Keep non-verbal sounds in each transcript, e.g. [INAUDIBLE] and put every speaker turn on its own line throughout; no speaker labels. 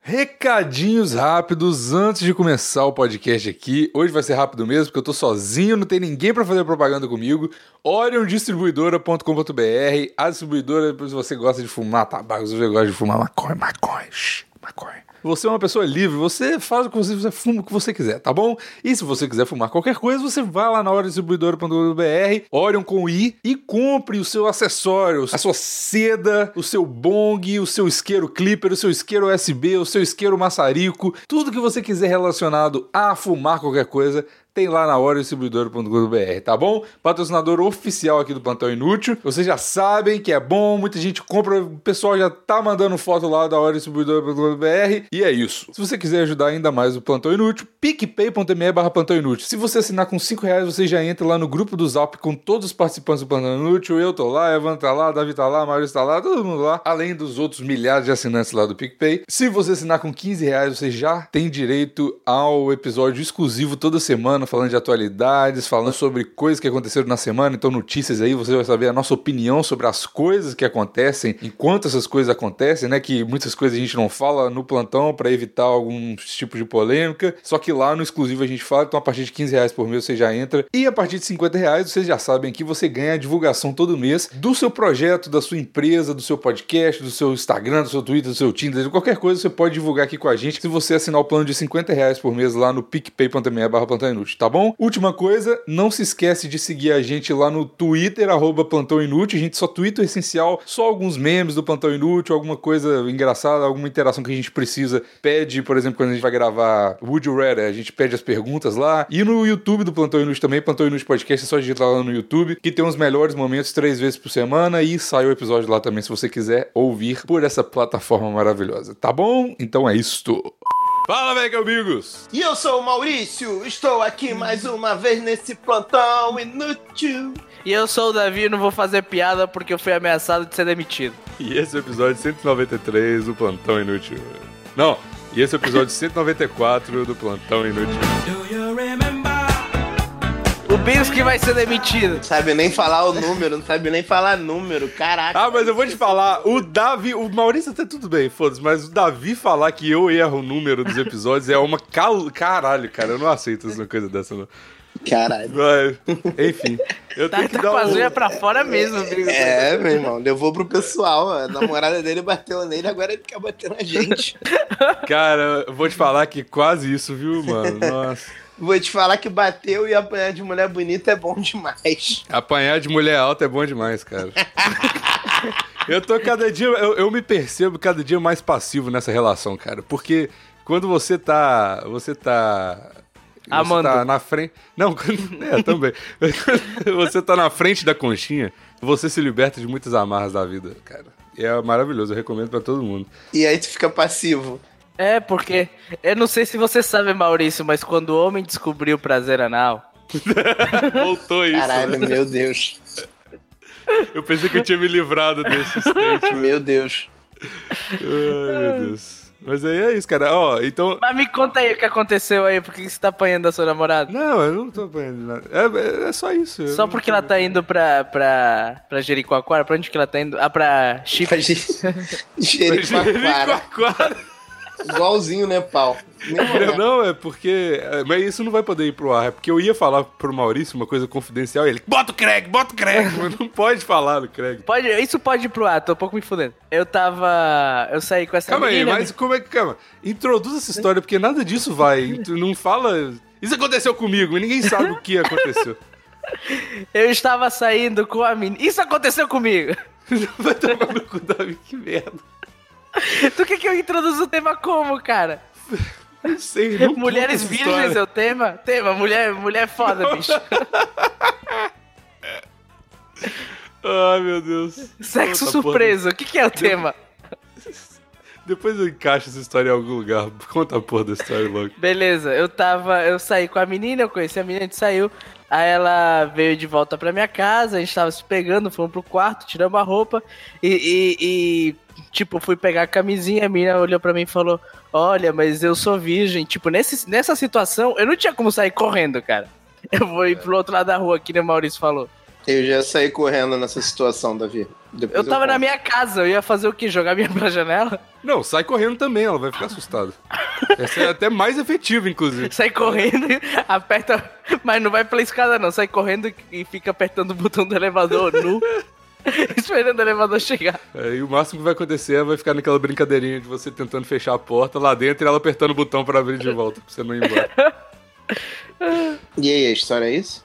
Recadinhos rápidos antes de começar o podcast aqui. Hoje vai ser rápido mesmo, porque eu tô sozinho, não tem ninguém pra fazer propaganda comigo. Oriondistribuidora.com.br, a distribuidora, se você gosta de fumar tabaco, se você gosta de fumar maconha, maconha, shh, maconha. Você é uma pessoa livre, você faz o que você quiser, fuma o que você quiser, tá bom? E se você quiser fumar qualquer coisa, você vai lá na oriondistribuidora.com.br, Orion com I, e compre o seu acessório, a sua seda, o seu bong, o seu isqueiro clipper, o seu isqueiro USB, o seu isqueiro maçarico, tudo que você quiser relacionado a fumar qualquer coisa, tem lá na oriondistribuidora.com.br, tá bom? Patrocinador oficial aqui do Plantão Inútil. Vocês já sabem que é bom, muita gente compra, o pessoal já tá mandando foto lá da oriondistribuidora.com.br e é isso. Se você quiser ajudar ainda mais o Plantão Inútil, picpay.me barra Plantão Inútil. Se você assinar com 5 reais, você já entra lá no grupo do Zap com todos os participantes do Plantão Inútil. Eu tô lá, Evan tá lá, Davi tá lá, Maurício tá lá, todo mundo lá. Além dos outros milhares de assinantes lá do PicPay. Se você assinar com 15 reais, você já tem direito ao episódio exclusivo toda semana falando de atualidades, falando sobre coisas que aconteceram na semana. Então, notícias aí, você vai saber a nossa opinião sobre as coisas que acontecem, enquanto essas coisas acontecem, né? Que muitas coisas a gente não fala no plantão para evitar algum tipo de polêmica. Só que lá no exclusivo a gente fala, então a partir de 15 reais por mês você já entra. E a partir de 50 reais, vocês já sabem que você ganha a divulgação todo mês do seu projeto, da sua empresa, do seu podcast, do seu Instagram, do seu Twitter, do seu Tinder, de qualquer coisa você pode divulgar aqui com a gente se você assinar o plano de 50 reais por mês lá no picpay.me barra tá bom? Última coisa, não se esquece de seguir a gente lá no Twitter, arroba Plantão Inútil. A gente só twitta o essencial, só alguns memes do Plantão Inútil, alguma coisa engraçada, alguma interação que a gente precisa. Pede, por exemplo, quando a gente vai gravar Would You Rather, a gente pede as perguntas lá. E no YouTube do Plantão Inútil também, Plantão Inútil Podcast, é só digitar lá no YouTube, que tem os melhores momentos três vezes por semana e sai o episódio lá também, se você quiser ouvir por essa plataforma maravilhosa, tá bom? Então é isto. Fala, velho, amigos!
E eu sou o Maurício, estou aqui mais uma vez nesse plantão inútil.
E eu sou o Davi e não vou fazer piada porque eu fui ameaçado de ser demitido.
E esse é o episódio 193 do Plantão Inútil. Não, e esse é o episódio 194 do Plantão Inútil.
O Binsky vai ser demitido.
Não sabe nem falar o número, não sabe nem falar número, caraca.
Ah, mas eu vou te falar, o Davi, o Maurício até tudo bem, foda-se, mas o Davi falar que eu erro o número dos episódios é uma cal... caralho, cara, eu não aceito uma coisa dessa, não.
Caralho.
Mas, enfim, eu
Tá,
tenho que
tá
dar
com as
um...
unhas pra fora mesmo,
[LAUGHS]
Binsky.
É, meu irmão, levou pro pessoal. A namorada dele bateu nele, agora ele quer bater na gente.
um, Cara, eu vou te falar que quase isso, viu, mano? Nossa.
Vou te falar que bateu e apanhar de mulher bonita é bom demais.
Apanhar de mulher alta é bom demais, cara. eu tô cada dia. Eu, eu me percebo cada dia mais passivo nessa relação, cara. Porque quando você tá. Você tá.
Amando.
Você tá na frente. Não, quando- é, também. [LAUGHS] Quando você tá na frente da conchinha, você se liberta de muitas amarras da vida, cara. E é maravilhoso, eu recomendo pra todo mundo.
E aí tu fica passivo.
É, porque eu não sei se você sabe, Maurício, mas quando o homem descobriu o prazer anal,
Voltou isso.
Caralho,
né?
meu Deus.
Eu pensei que eu tinha me livrado desse instante.
Meu Deus.
Ai, meu Deus. Mas aí é isso, cara. Ó, então.
Mas me conta aí o que aconteceu aí, por que que você tá apanhando a sua namorada?
Não, eu não tô apanhando nada. É, é- é só isso. eu
Só
não-
porque ela tá indo pra, pra, pra Jericoacoara, pra onde que ela tá indo? Ah, pra Chifre.
Jericoacoara.
Jericoacoara.
Igualzinho, né, pau? Mesmo, né?
Não, é porque. é, Mas isso não vai poder ir pro ar. É porque eu ia falar pro Maurício uma coisa confidencial e ele. Bota o Craig, bota o
[LAUGHS]
Craig. Mas não pode falar do Craig.
Pode, isso pode ir pro ar, tô um pouco me fudendo. Eu tava. Eu saí com essa
Calma aí,
menina.
mas como é que. Calma. Introduz essa história porque nada disso vai. Tu Não fala. Isso aconteceu comigo e ninguém sabe o que aconteceu. [LAUGHS]
Eu estava saindo com a menina. Isso aconteceu comigo!
Vai tomar no cu da que merda.
Do que que eu introduzo o tema como, cara? Tipo,
Não sei, não
Mulheres
conta essa
virgens
história.
é o tema? Tema, mulher, mulher é foda, bicho.
Ai, meu Deus.
Sexo
Puta
surpreso, o que que é o tema?
porra. Depois eu encaixo essa história em algum lugar. Conta a porra da história logo.
Beleza, eu tava. Eu saí com a menina, eu conheci a menina, a gente saiu. Aí ela veio de volta pra minha casa, a gente tava se pegando, fomos pro quarto, tiramos a roupa e. e- e, tipo, fui pegar a camisinha, a menina olhou pra mim e falou: Olha, mas eu sou virgem. Tipo, nesse, nessa situação, eu não tinha como sair correndo, cara. Eu vou ir pro outro lado da rua, que nem o Maurício falou.
Eu já saí correndo nessa situação, Davi. Depois
Eu tava na
conto.
minha casa, eu ia fazer o quê? Jogar minha [LAUGHS] pra janela?
Não, sai correndo também, ela vai ficar assustada. Essa é até mais efetiva, inclusive.
Sai correndo, aperta. Mas não vai pela escada, não. Sai correndo e fica apertando o botão do elevador nu. [LAUGHS] esperando o elevador chegar.
É, e o máximo que vai acontecer é vai ficar naquela brincadeirinha de você tentando fechar a porta lá dentro e ela apertando o botão pra abrir de volta, pra você não ir embora.
E aí, a história é isso?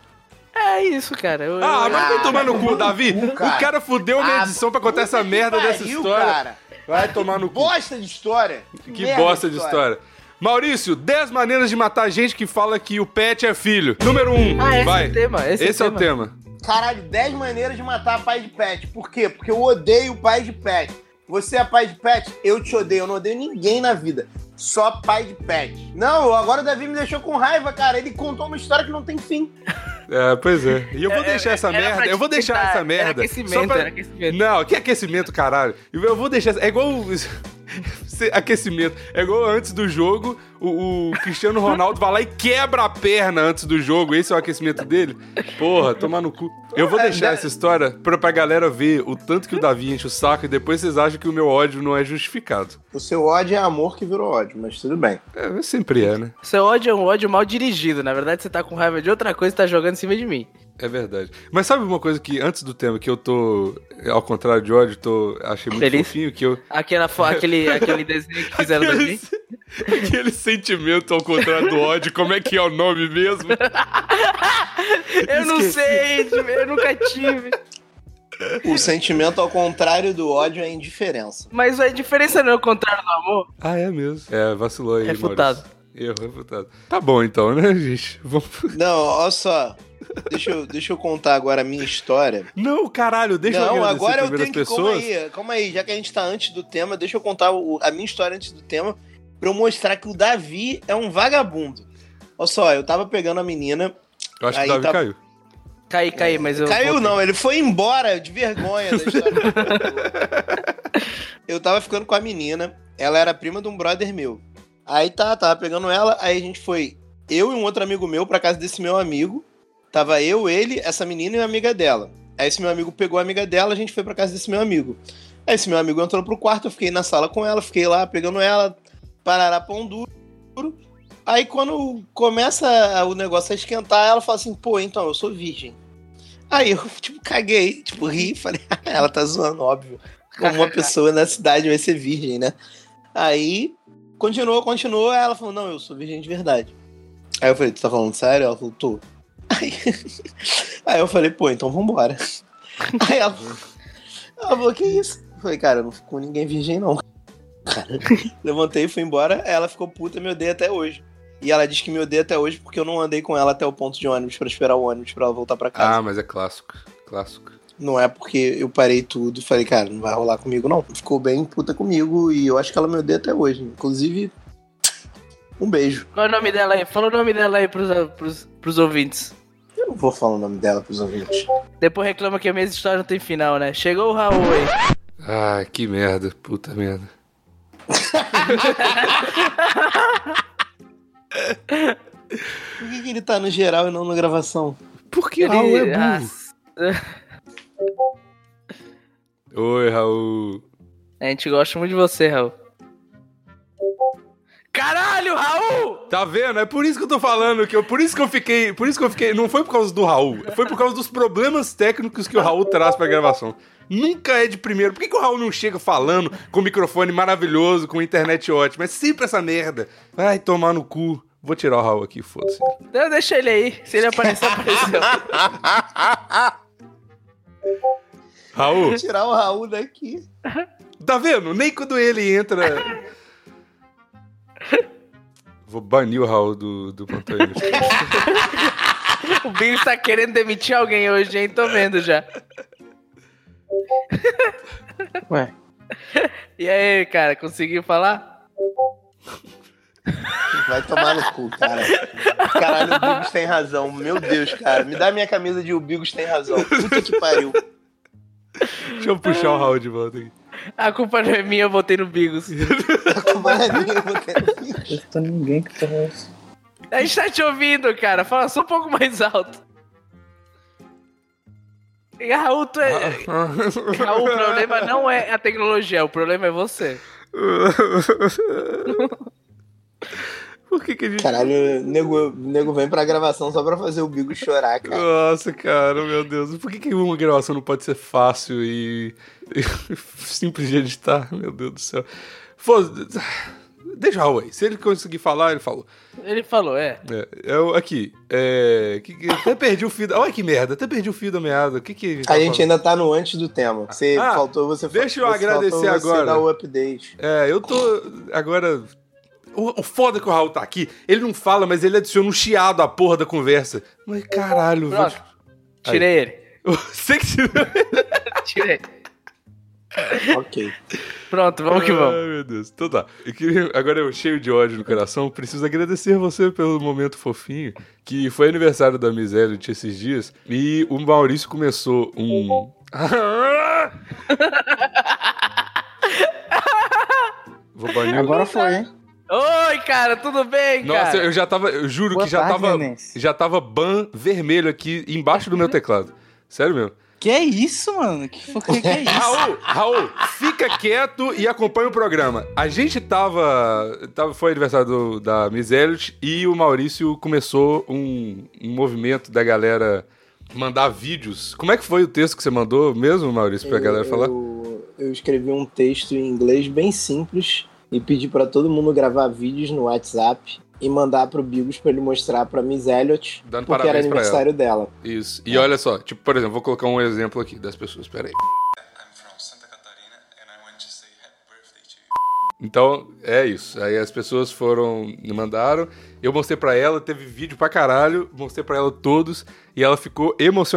É isso, cara. Eu-
[LAUGHS] Ah,
eu-
mas vai tomar no cu, Davi.
cara.
O cara fudeu minha
Ah,
é edição pra contar essa
puta que
merda dessa
pariu,
história.
cara.
Vai tomar no cu.
Bosta de história.
Que
Merda
bosta de história. Maurício, 10 maneiras de matar gente que fala que o pet é filho. Número 1. Um,
Ah, esse
vai.
é o tema, esse é o
é o tema.
Caralho, 10 maneiras de matar pai de pet. Por quê? Porque eu odeio pai de pet. Você é pai de pet? Eu te odeio. Eu não odeio ninguém na vida. Só pai de pet. Não, agora o Davi me deixou com raiva, cara. Ele contou uma história que não tem fim.
É, pois é. E eu vou deixar essa
era pra
merda.
te
Eu vou deixar
tentar-
essa
era
merda.
aquecimento,
só pra-
era aquecimento.
Não, que aquecimento, caralho. Eu vou deixar. É igual. o- [LAUGHS] Cê- Aquecimento. É igual antes do jogo, o, o Cristiano Ronaldo vai lá e quebra a perna antes do jogo. Esse é o aquecimento dele. Porra, tomar no cu. Eu vou deixar essa história pra, pra galera ver o tanto que o Davi enche o saco e depois vocês acham que o meu ódio não é justificado.
O seu ódio é amor que virou ódio, mas tudo bem.
É, sempre é, né?
Seu ódio é um ódio mal dirigido. Na verdade, você tá com raiva de outra coisa e tá jogando em cima de mim.
É verdade. Mas sabe uma coisa que, antes do tema, que eu tô, ao contrário de ódio, tô, achei muito
Feliz?
fofinho, que eu,
Aquela, fo-
[LAUGHS]
aquele, aquele desenho que fizeram da
aquele,
gente.
[LAUGHS] aquele sentimento ao contrário do ódio, como é que é o nome mesmo?
Eu não
Esqueci.
sei, eu nunca tive.
O sentimento ao contrário do ódio é a indiferença.
Mas a diferença não é o contrário do amor.
Ah, é mesmo. É, vacilou aí,
Refutado.
Maurício. Erro, refutado. Tá bom então, né, gente? Vamos...
Não, olha só. Deixa eu, deixa eu contar agora a minha história.
Não, caralho, deixa eu
não,
agradecer
agora eu
primeiro
tenho
as
que. Calma
pessoas.
aí, calma aí, já que a gente tá antes do tema, deixa eu contar o- a minha história antes do tema pra eu mostrar que o Davi é um vagabundo. Olha só, eu tava pegando a menina.
Eu acho que
Aí
o Davi
tá-
caiu.
Caí, caí, mas eu.
Caiu não, ele foi embora de vergonha da
[LAUGHS]
história. eu tava ficando com a menina, ela era prima de um brother meu. Aí tá, tava pegando ela, aí a gente foi, eu e um outro amigo meu, pra casa desse meu amigo. Tava eu, ele, essa menina e a amiga dela. Aí esse meu amigo pegou a amiga dela, a gente foi pra casa desse meu amigo. Aí esse meu amigo entrou pro quarto, eu fiquei na sala com ela, fiquei lá pegando ela, parará pão duro. Aí quando começa o negócio a esquentar, ela fala assim, pô, então, eu sou virgem. Aí eu, tipo, caguei, tipo, ri, falei, [LAUGHS] ela tá zoando, óbvio. Como uma pessoa na cidade vai ser virgem, né? Aí, continuou, continuou, aí ela falou, não, eu sou virgem de verdade. Aí eu falei, tu tá falando sério? Ela falou, tô. [LAUGHS] Aí, aí eu falei, pô, então vambora. Aí ela, ela falou, que isso? Eu falei, cara, eu não fico com ninguém virgem, não. Cara, levantei, fui embora, aí ela ficou puta e me odeia até hoje. E ela diz que me odeia até hoje porque eu não andei com ela até o ponto de ônibus pra esperar o ônibus pra ela voltar pra casa.
Ah, mas é clássico. Clássico.
Não é porque eu parei tudo e falei, cara, não vai rolar comigo, não. Ficou bem puta comigo e eu acho que ela me odeia até hoje. Inclusive, [LAUGHS] um beijo.
Qual é o nome dela aí? Fala o nome dela aí pros, pros, pros ouvintes.
Eu não vou falar o nome dela pros ouvintes.
Depois reclama que a minha história não tem final, né? Chegou o Raul aí.
Ah, que merda. Puta merda.
Por que, que ele tá no geral e não na gravação?
Por que Raul é burro?
Nossa.
Oi, Raul.
A gente gosta muito de você, Raul. Caralho, Raul!
Tá vendo? É por isso que eu tô falando que eu, por isso que eu fiquei, por isso que eu fiquei, não foi por causa do Raul, foi por causa dos problemas técnicos que o Raul traz pra gravação. Nunca é de primeiro. Por que, que o Raul não chega falando com um microfone maravilhoso, com internet ótima? É sempre essa merda. Ai, tomar no cu. Vou tirar o Raul aqui, foda-se.
Não, deixa ele aí. Se ele
[LAUGHS]
aparecer, apareceu.
Raul,
Tirar o Raul daqui.
tá vendo? Nem quando ele entra. Vou banir o Raul do, do Pantanal.
O Binho tá querendo demitir alguém hoje, hein? Tô vendo já.
Ué.
E aí, cara, conseguiu falar?
Vai tomar no cu, cara. Caralho, o Bigos tem razão. Meu Deus, cara. Me dá minha camisa de o Bigos tem razão. Puta que pariu.
Deixa eu puxar o Raul de volta aqui.
A culpa não é minha, eu botei no Bigos.
[LAUGHS]
Tá Maravilha, eu vou ter filhos.
A gente tá te ouvindo, cara. Fala só um pouco mais alto. E Raul, tu é. Raul, [LAUGHS] É o problema não é a tecnologia, o problema é você.
[LAUGHS] Por que, que a gente.
Caralho, o nego, o nego vem pra gravação só pra fazer o Bigo chorar, cara.
Nossa, cara, meu Deus. Por que, que uma gravação não pode ser fácil e, e [LAUGHS] simples de editar? Meu Deus do céu. Fô, deixa o Raul aí. Se ele conseguir falar, ele falou.
Ele falou, é.
É, eu, aqui, é, que, que- até perdi o fio da... Olha que merda, até perdi o fio da meada. O que que...
A gente ainda tá no antes do tema. Você
Ah,
faltou, você fa-
deixa eu
você
agradecer
faltou você
agora.
dar o
[LAUGHS]
update.
É, eu tô... Agora... O, o foda que o Raul tá aqui, ele não fala, mas ele adiciona um chiado à porra da conversa. Mas caralho,
Pronto.
velho.
Tirei ele.
[LAUGHS] Você que tirou...
Tirei.
Ok.
Pronto, vamos que vamos.
Ai, meu Deus. Então tá. Eu queria- agora eu cheio de ódio no coração, preciso agradecer você pelo momento fofinho, que foi aniversário da Miséria esses dias, e o Maurício começou
[LAUGHS]
um... Vou banir o...
Agora foi, hein?
Oi, cara, tudo bem,
Nossa,
cara?
eu já tava... Eu juro
Boa
que já
tarde,
tava...
nenense.
Já tava ban vermelho aqui embaixo do meu teclado. Sério mesmo.
Que é isso, mano? Que, por que, que é isso?
Raul, Raul, fica quieto e acompanha o programa. A gente tava. tava foi aniversário do- da Miss Elliot e o Maurício começou um, um movimento da galera mandar vídeos. Como é que foi o texto que você mandou mesmo, Maurício, pra galera falar?
Eu, eu escrevi um texto em inglês bem simples e pedi pra todo mundo gravar vídeos no WhatsApp e mandar pro Bigos pra ele mostrar pra Miss Elliot,
Dando
porque era
parabéns pra ela.
aniversário dela.
Isso. E olha só, tipo, por exemplo, vou colocar um exemplo aqui das pessoas. Pera aí.
I'm from Santa Catarina and I want to say happy birthday to you.
Então, é isso. Aí as pessoas foram, me mandaram. Eu mostrei pra ela, teve vídeo pra caralho, mostrei pra ela todos e ela ficou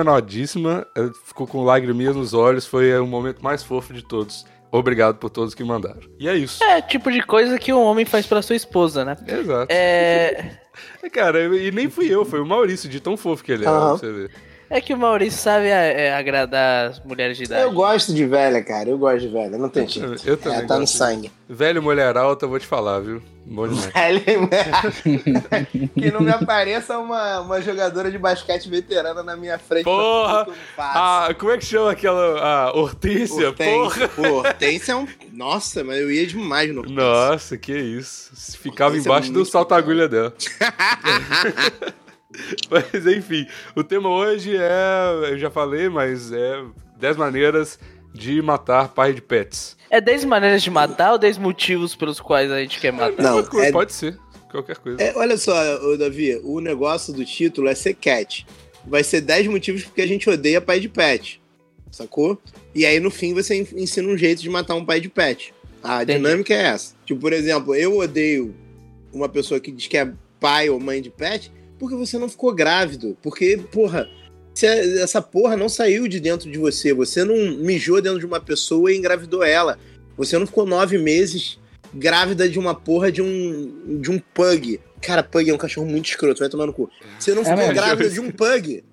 emocionadíssima, ela ficou com lágrimas nos olhos, foi eh, o momento mais fofo de todos. Obrigado por todos que mandaram. E é isso.
É tipo de coisa que um homem faz pra sua esposa, né?
Exato.
É,
É, Cara, eu- e nem fui eu, foi o Maurício, de tão fofo que ele era,
Aham.
pra você ver.
é que o Maurício sabe é, é, agradar as mulheres de idade.
Eu gosto de velha, cara. Eu gosto de velha. Não tem jeito.
Eu também
É, tá no
gosto.
sangue. [LAUGHS]
Velho mulher alta, eu vou te falar, viu? Bom demais.
é
[LAUGHS]
que não me apareça uma, uma jogadora de basquete veterana na minha frente. pra
Porra!
fazer o que eu não faço.
Ah, como é que chama aquela. A Hortência? Porra!
Hortência, pô, Hortência é um. Nossa, mas eu ia demais no.
Nossa, que isso. Se Ficava
Isso é
embaixo do
muito
salta-agulha
[LAUGHS]
dela. [LAUGHS] mas enfim, o tema hoje é, eu já falei, mas é 10 maneiras de matar pai de pets.
É 10 maneiras de matar ou 10 motivos pelos quais a gente quer matar?
Não,
Qualquer coisa,
é-
Pode ser, qualquer coisa.
É, olha só, ô, Davi, o negócio do título é ser cat. Vai ser 10 motivos porque a gente odeia pai de pet. Sacou? E aí no fim você en- ensina um jeito de matar um pai de pet. A
Entendi.
dinâmica é essa. Tipo, por exemplo, eu odeio uma pessoa que diz que é pai ou mãe de pet porque você não ficou grávido. Porque, porra, se a- essa porra não saiu de dentro de você. Você não mijou dentro de uma pessoa e engravidou ela. Você não ficou nove meses grávida de uma porra de um, de um pug. Cara, pug é um cachorro muito escroto, vai tomar no cu. Você
É
não ficou
mesmo?
grávida de um pug.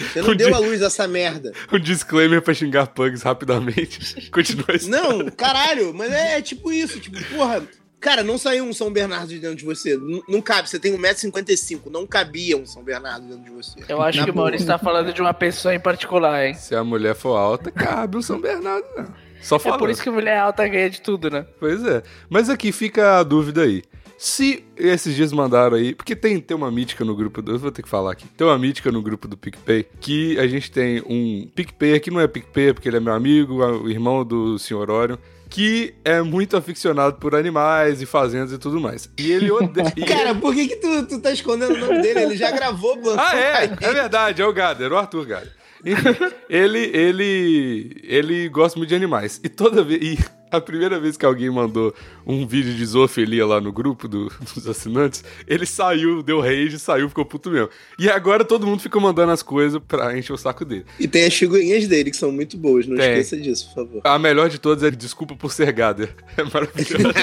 Você não
O
deu
dia-
à luz essa merda.
Um disclaimer pra xingar pugs rapidamente. [LAUGHS] Continua isso.
Não, caralho, mas é, tipo isso, tipo, porra. Cara, não saiu um São Bernardo de dentro de você. N- não cabe, você tem 1,55m, não cabia um São Bernardo dentro de você.
Eu acho
Na
que o
boa.
Maurício tá falando de uma pessoa em particular, hein?
Se a mulher for alta, cabe o São Bernardo, não. Só
É
falando.
por isso que mulher alta ganha de tudo, né?
Pois é. Mas aqui fica a dúvida aí. Se esses dias mandaram aí, porque tem, tem uma mítica no grupo do. Eu vou ter que falar aqui. Tem uma mítica no grupo do PicPay que a gente tem um PicPay que não é PicPay, porque ele é meu amigo, é o irmão do senhor Orion, que é muito aficionado por animais e fazendas e tudo mais. E ele odeia. e ele-
Cara, por que, que tu, tu tá escondendo o nome dele? Ele já gravou, mano.
Ah, é! É verdade, é o Gader, o Arthur Gader. Enfim, ele, ele, ele gosta muito de animais. E toda vez. E a primeira vez que alguém mandou um vídeo de zoofilia lá no grupo do- dos assinantes, ele saiu, deu rage, saiu, ficou puto mesmo. E agora todo mundo fica mandando as coisas pra encher o saco dele.
E tem as figurinhas dele que são muito boas, não
Tem.
esqueça disso, por favor.
A melhor de todas é desculpa por ser Gader. [LAUGHS] É maravilhoso.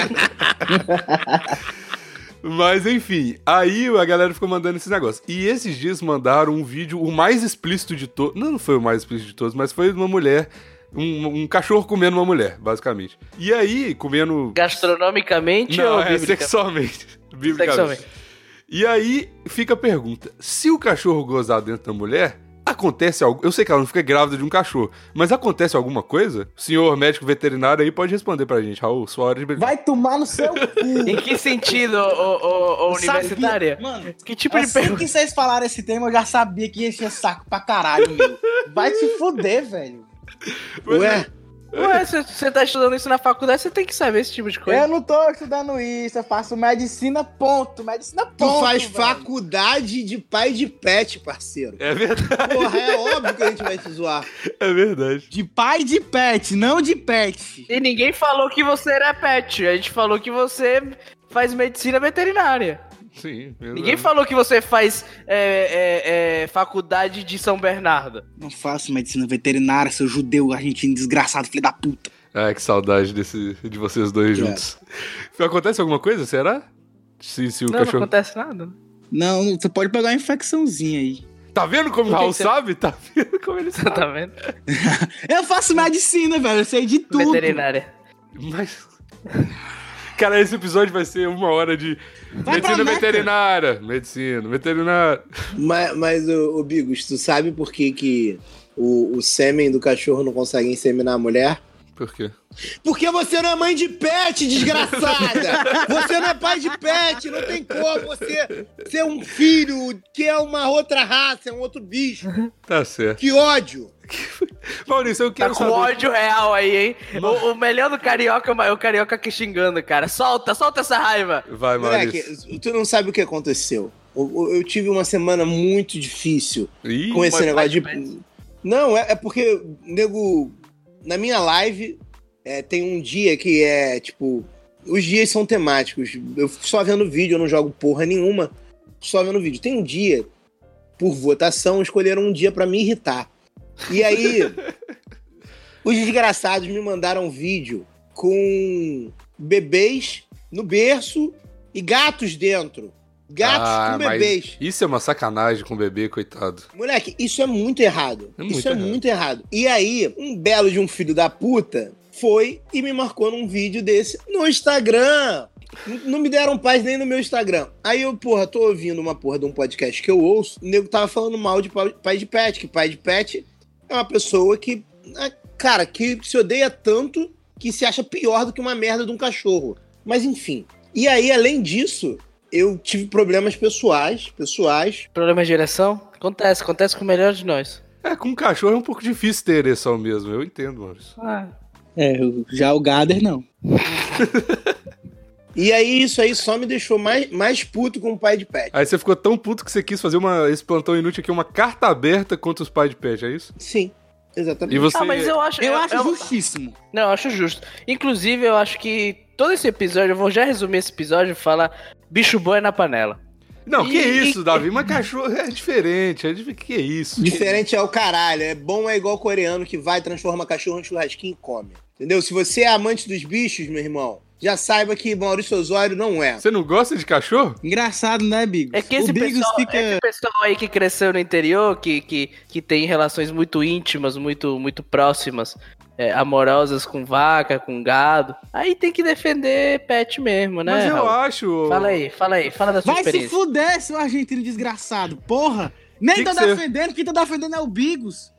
Mas enfim, aí a galera ficou mandando esse negócio. E esses dias mandaram um vídeo, o mais explícito de todos. Não, não foi o mais explícito de todos, mas foi de uma mulher. Um, um cachorro comendo uma mulher, basicamente. E aí, comendo.
[LAUGHS] Gastronomicamente
Não,
ou
é,
biblicamente?
sexualmente. [LAUGHS] Biblicamente.
Sexualmente.
E aí fica a pergunta: se o cachorro gozar dentro da mulher, a Acontece algo. Eu sei que ela não fica grávida de um cachorro, mas acontece alguma coisa? O senhor médico veterinário aí pode responder pra gente, Raul. Sua hora de brincar.
Vai tomar no seu cu.
Em que sentido, ô, ô, ô, universitária?
Sabia- [LAUGHS] Mano,
Que tipo de
assim
[LAUGHS] pergunta?
que vocês falaram esse tema, eu já sabia que ia encher saco pra caralho, meu. Vai se fuder, velho.
Ué,
Ué, se você tá estudando isso na faculdade, você tem que saber esse tipo de
Eu
coisa.
não tô estudando isso, eu faço medicina, ponto. Medicina,
tu
ponto.
faz
velho.
faculdade de pai de pet, parceiro.
É verdade,
Porra, é óbvio que a gente vai te zoar.
[LAUGHS] é verdade.
De pai de pet, não de pet.
É, E ninguém falou que você era pet. A gente falou que você faz medicina veterinária.
Sim.
Ninguém falou que você faz é, é, é, faculdade de São Bernardo.
Não faço medicina veterinária, seu judeu argentino desgraçado, filho da puta.
Ai, que saudade desse, de vocês dois juntos. Acontece alguma coisa, será? Se, se o
Não, não
cachorro.
acontece nada.
Não, você pode pegar uma infecçãozinha aí.
Tá vendo como o
Por que
Raul
que você-
sabe? Tá vendo como ele sabe.
Tá vendo?
Eu faço medicina, velho, eu sei de tudo.
Veterinária.
Mas. Cara, esse episódio vai ser uma hora de.
Vai pra
medicina
Meca.
veterinária. Medicina, veterinária.
Mas, mas ô, ô, Bigos, tu sabe por que, que o, o sêmen do cachorro não consegue inseminar a mulher?
Por quê?
Porque você não é mãe de pet, desgraçada! Você não é pai de pet, não tem como você ser um filho que é uma outra raça, é um outro bicho.
Tá certo.
Que ódio!
Maurício, eu
Tá
quero
com
saber.
ódio real aí, hein? O, o melhor do carioca é o carioca aqui xingando, cara. Solta, solta essa raiva.
Vai, Maurício.
Moleque, tu não sabe o que aconteceu. Eu, eu tive uma semana muito difícil
Ih,
com esse
mas
negócio de.
vai
Não, é, é porque, nego, na minha live é, tem um dia que é tipo. Os dias são temáticos. Eu fico só vendo vídeo, eu não jogo porra nenhuma. Só vendo vídeo. Tem um dia, por votação, escolheram um dia pra me irritar.
[LAUGHS]
E aí, os desgraçados me mandaram um vídeo com bebês no berço e gatos dentro. Gatos
Ah,
com
mas
bebês.
Isso é uma sacanagem com o bebê, coitado.
Moleque, isso é muito errado.
É muito
isso é
errado.
muito errado. E aí, um belo de um filho da puta foi e me marcou num vídeo desse no Instagram. N- Não me deram paz nem no meu Instagram. Aí eu, porra, tô ouvindo uma porra de um podcast que eu ouço. O nego tava falando mal de pa- pai de pet, que pai de pet é uma pessoa que, ah, cara, que se odeia tanto que se acha pior do que uma merda de um cachorro. Mas enfim. E aí, além disso, eu tive problemas pessoais, pessoais,
Problema de direção? Acontece, acontece com o melhor de nós.
É, com um cachorro é um pouco difícil ter ereção mesmo. Eu entendo, Maurício.
Ah,
É, eu- já o Gader não.
E aí, isso aí só me deixou mais, mais puto com o pai de pet.
Aí você ficou tão puto que você quis fazer uma, esse plantão inútil aqui, uma carta aberta contra os pais de pet, é isso?
Sim, exatamente.
E você.
Ah, mas eu acho.
Eu, acho justíssimo.
Não, eu acho justo. Inclusive, eu acho que todo esse episódio, eu vou já resumir esse episódio e falar: bicho bom é na panela.
Não, que
Ih.
isso, Davi? Mas cachorro é diferente. É dif... Que isso?
Diferente é o caralho. É bom, é igual coreano que vai, transforma cachorro em churrasquinho e come. Entendeu? Se você é amante dos bichos, meu irmão, já saiba que Maurício Osório não é.
Você não gosta de cachorro?
Engraçado, né, Bigos?
É que esse
o Bigos
pessoal,
fica.
esse pessoal aí que cresceu no interior, que, que, que tem relações muito íntimas, muito, muito próximas, é, amorosas com vaca, com gado, aí tem que defender pet mesmo, né?
mas eu
Raul?
acho.
Fala aí, fala aí, fala da sua
Vai se
experiência.
fuder, seu argentino desgraçado, porra! Nem
Que
tá
que você-
defendendo, quem tá defendendo é o Bigos.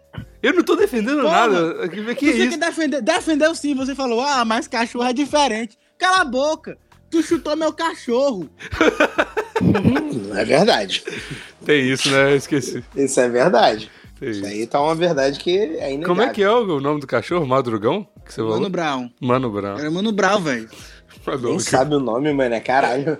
Eu não tô defendendo
Porra.
nada. Que, que
você
isso?
que defendeu, defendeu sim, você falou, ah, mas cachorro é diferente. Cala a boca, tu chutou meu cachorro.
Não é verdade.
Tem isso, né? Eu esqueci.
Isso é verdade.
Tem
Isso
isso.
aí tá uma verdade que é inegável.
Como é que é o nome do cachorro? Madrugão? Que você falou?
Mano É. Brown.
Mano Brown.
Era Mano Brown, velho.
Não sabe o nome, mano, é caralho.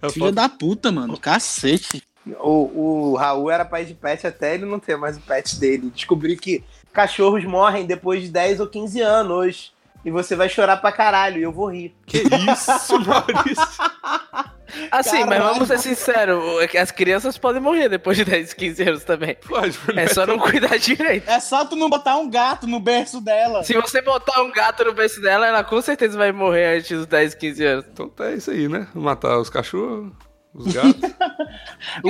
A
Filho
foto-
da puta, mano. Cacete.
O, o Raul era pai de pet até ele não ter mais o pet dele. Descobri que cachorros morrem depois de 10 ou 15 anos. E você vai chorar pra caralho, e eu vou rir.
Que isso, Maurício?
Assim, mas
Caralho.
vamos ser sinceros, o- é que as crianças podem morrer depois de 10, 15 anos também.
Pode, né?
É só não cuidar direito.
É só tu não botar um gato no berço dela.
Se você botar um gato no berço dela, ela com certeza vai morrer antes dos 10, 15 anos.
Então tá isso aí, né? Matar os cachorros, os gatos.
O que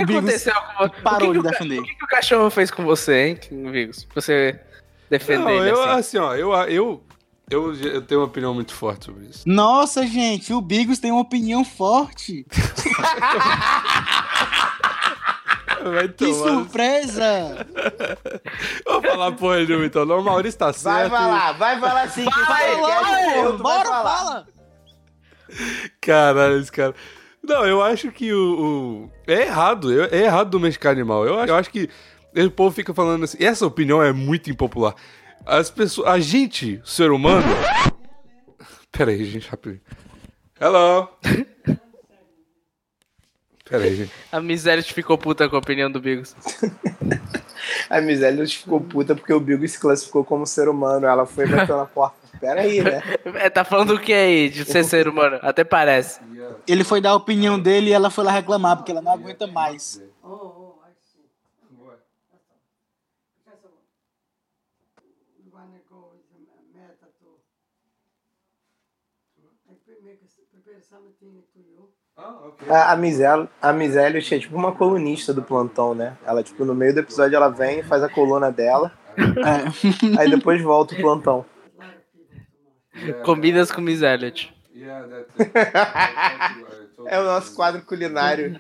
Bigos
aconteceu com você?
parou
o que que
de
o ca-
defender.
O que, que o cachorro fez com você, hein, Vigos? Você defender
não,
ele
eu, assim,
assim.
ó, eu, eu, eu, eu tenho uma opinião muito forte sobre
[LAUGHS]
isso.
Nossa, gente, o Bigos tem uma opinião forte.
Vai
Que [LAUGHS]
tomar.
surpresa!
Vou falar porra nenhuma, então. Não, o Maurício tá certo.
Vai falar, vai falar sim. que
Vai
esse
lá,
podcast
pô,
curto vai
bora,
falar.
fala!
Caralho, esse cara. Não, eu acho que o. o- É errado, eu- é errado domesticar animal. Eu acho, eu acho que o povo fica falando assim. Essa opinião é muito impopular. As pessoas. A gente, ser humano. Pera aí, gente, rapidinho. Hello! [LAUGHS] Pera aí, gente.
A miséria te ficou puta com a opinião do Bigos.
A Miséria ficou puta porque o Bilbo se classificou como ser humano. Ela foi e bateu na [LAUGHS] porta. Pera aí, né?
É, tá falando o que aí de ser ser humano? Até parece.
Ele foi dar a opinião dele e ela foi lá reclamar, porque ela não aguenta
É.
mais.
A, a Miséria, a Miséria é tipo uma colunista do plantão, né? Ela, tipo, no meio do episódio ela vem, faz a coluna dela,
É.
aí depois volta o plantão.
Comidas com miséria. tio.
É o nosso quadro culinário.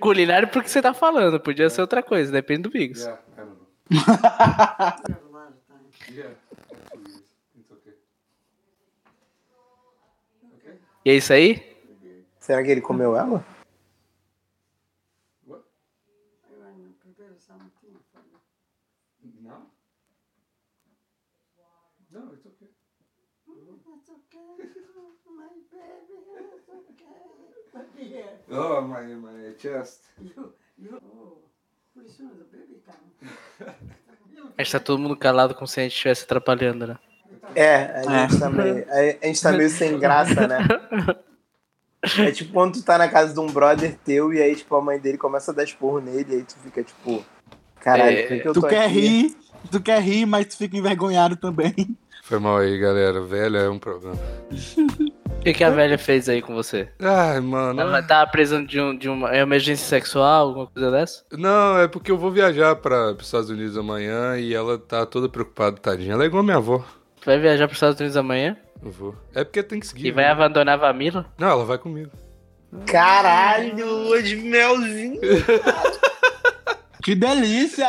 Culinário porque você tá falando. Podia ser outra coisa, depende do Bigos. E é isso aí?
Será que ele comeu ela?
Oh, my, my chest.
Mas tá todo mundo calado como se a gente estivesse atrapalhando, né?
É, a gente, Tá, meio, a- a gente tá meio sem graça, né? É tipo quando tu tá na casa de um brother teu e aí, tipo, a mãe dele começa a dar esporro nele e aí tu fica, tipo, caralho, por que, que eu
Tu
tô
quer
aqui?
rir, tu quer rir, mas tu fica envergonhado também.
Foi mal aí, galera. Velho é um problema.
O que, que a velha fez aí com você?
Ai, mano.
Ela tava preso de, um, de uma emergência sexual, alguma coisa dessa?
Não, é porque eu vou viajar para os Estados Unidos amanhã e ela tá toda preocupada, tadinha. Ela é igual a minha avó.
Tu vai viajar pros Estados Unidos amanhã?
Eu vou. É porque tem que seguir.
E vai abandonar a Vamila?
Não, ela vai comigo. [LAUGHS]
Caralho, lua de melzinho,
Que delícia!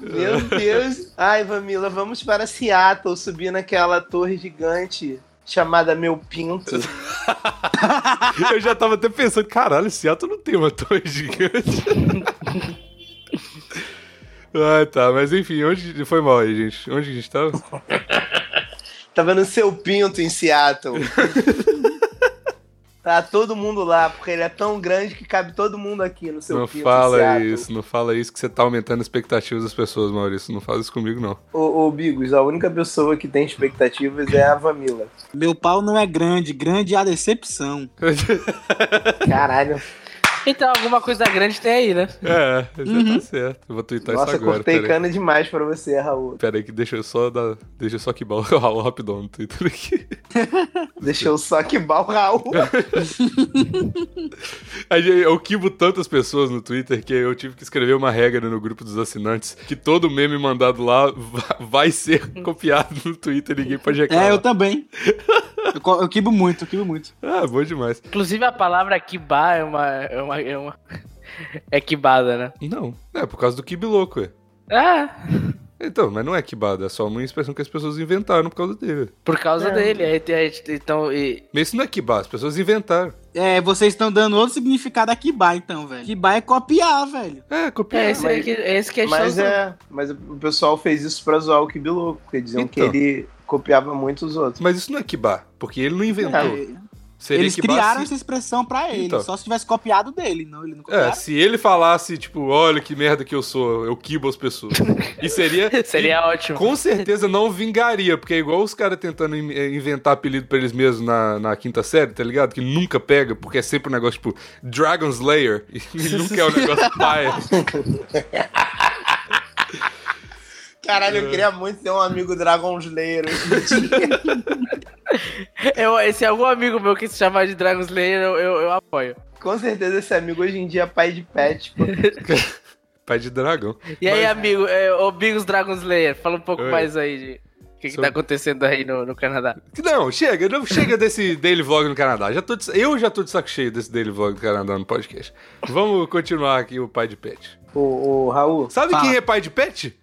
meu Deus. Ai, Vamila, vamos para Seattle subir naquela torre gigante chamada Meu Pinto.
eu já tava até pensando, caralho, Seattle não tem uma torre gigante. [LAUGHS] ah, tá, mas enfim, onde foi mal aí, gente? Onde a gente tá? tava?
Tava no Tá seu pinto em
[LAUGHS]
Seattle. tá todo mundo lá, porque ele é tão grande que cabe todo mundo aqui no seu
não
pinto em
fala
Seattle.
isso, não fala isso que você tá aumentando a expectativa das pessoas, Maurício. Não faz isso comigo, não. [LAUGHS]
Ô, ô, Bigos, a única pessoa que tem expectativas é a Vamila.
Meu pau não é grande, grande é a decepção.
Caralho.
Então, alguma coisa grande tem aí, né?
é, você [LAUGHS] tá certo. Eu vou twittar
Nossa,
isso agora.
cortei
peraí.
cana demais pra você, Raul.
Pera aí que deixa eu só dar. Deixa eu só quebrar [LAUGHS] o Raul rapidão no Twitter aqui.
Deixa eu só quebar o
[LAUGHS]
Raul.
Aí Eu quibo tantas pessoas no Twitter que eu tive que escrever uma regra no grupo dos assinantes que todo meme mandado lá va- vai ser [LAUGHS] copiado no Twitter, ninguém pode reclamar.
É, eu também. Eu, co- eu quibo muito, eu quibo muito.
Ah, bom demais.
Inclusive a palavra kibá é uma. É, uma, é, uma... [LAUGHS] é kibada, né?
Não, é por causa do kibe louco, é.
Ah,
Então, mas não é kibada, é só uma expressão que as pessoas inventaram por causa dele.
por causa dele. Aí, tem- aí, então, e-
Mas isso não é kibá, as pessoas inventaram.
É, vocês estão dando outro significado a Kibá, então, velho. Kibá é copiar, velho.
É,
é,
copiar.
esse aí que, é esse que é
Mas
chato.
é. Mas o pessoal fez isso pra zoar o Kibiloco, porque diziam
Então.
que ele copiava muito os outros.
Mas isso não é kibá, porque ele não inventou. Seria
Eles
kibá
criaram
se...
essa expressão pra ele,
assim. Então.
só se tivesse copiado dele, não, ele não
É,
copiaram.
se ele falasse, tipo, olha que merda que eu sou, eu quibo as pessoas. E
[LAUGHS]
seria.
Seria ótimo.
Com certeza não vingaria, porque é igual os caras tentando in- eh, inventar apelido pra eles mesmos na, na quinta série, tá ligado? Que nunca pega, porque é sempre um negócio tipo Dragon Slayer, e nunca é um negócio paia.
Caralho,
É.
eu queria muito ter um amigo Dragon Slayer.
Eu, esse é algum amigo meu que se chamar de Dragon Slayer, eu, eu, eu apoio.
[LAUGHS] Com certeza esse amigo hoje em dia é pai de pet. pô.
Pai de dragão.
E aí, amigo, é, ô Bigos Dragon Slayer, fala um pouco
Oi.
mais aí de. O que, que
Seu-
tá acontecendo aí no, no Canadá?
Não, chega, não chega desse Daily Vlog no Canadá. Já tô de- eu já tô de saco cheio desse Daily Vlog no Canadá no podcast. Vamos continuar aqui o pai de pet.
O, Raul.
Sabe
Fala.
quem é pai de pet?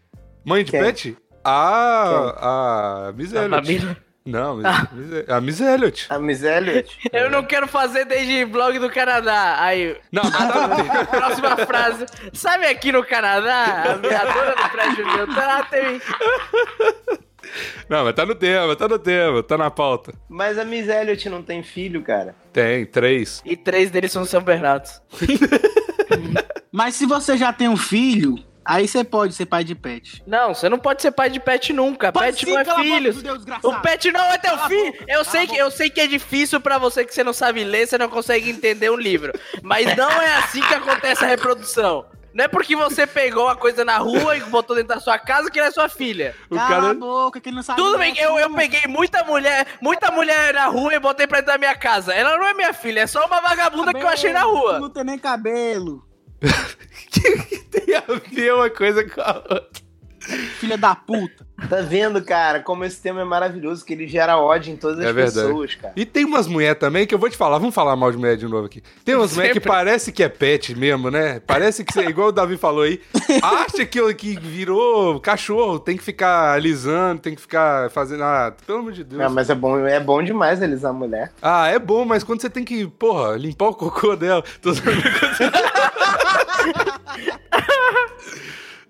Mãe de
Quem?
pet? A. A Miss
Na
Elliot.
família?
Não, Miss- Miss- a Miss Elliot.
A Miss Elliot.
Eu
É.
não quero fazer desde blog do Canadá. Aí,
Não, tá nada a ver.
[LAUGHS]
próxima frase. Sabe aqui no Canadá, a minha dona do prédio meu tá lá, tem...
Não, mas tá no tema, tá no tema, tá na pauta.
Mas a Miss Elliot não tem filho, cara.
Tem, três.
E três deles são São Bernardos.
Mas se você já tem um filho, aí você pode ser pai de pet.
Não, você não pode ser pai de pet nunca.
Pode
pet
sim,
não é
cala a boca,
filho.
seu desgraçado.
O pet não é teu
Cala a
filho.
boca,
Eu
cala
sei,
a
que, eu sei que é difícil pra você que você não sabe ler, você não consegue entender um livro. Mas não é assim que acontece a reprodução. Não é porque você pegou uma coisa na rua e botou dentro da sua casa que ela é sua filha.
O
Cala a
cara.
boca, que ele
Tá
não sabe.
Tudo
nem
bem,
é
eu, eu
sua.
peguei muita mulher, muita mulher na rua e botei pra dentro da minha casa. Ela não é minha filha, é só uma
Tá
vagabunda que eu achei na
Cabelo,
rua.
Não tem nem cabelo.
Tem a ver uma coisa com a outra.
Filha da puta.
Tá vendo, cara, como esse tema é maravilhoso, que ele gera ódio em todas as
É verdade.
pessoas, cara.
E tem umas mulheres também que eu vou te falar, vamos falar mal de mulher de novo aqui. Tem umas mulheres que
Sempre.
parece que é pet mesmo, né? Parece que, você- igual o Davi falou aí, acha que, que virou cachorro, tem que ficar alisando, tem que ficar fazendo. Ah, pelo amor de Deus.
Não, mas é bom, é bom demais eles a mulher.
Ah, é bom, mas quando você tem que, porra, limpar o cocô dela. Tô zoando. [LAUGHS]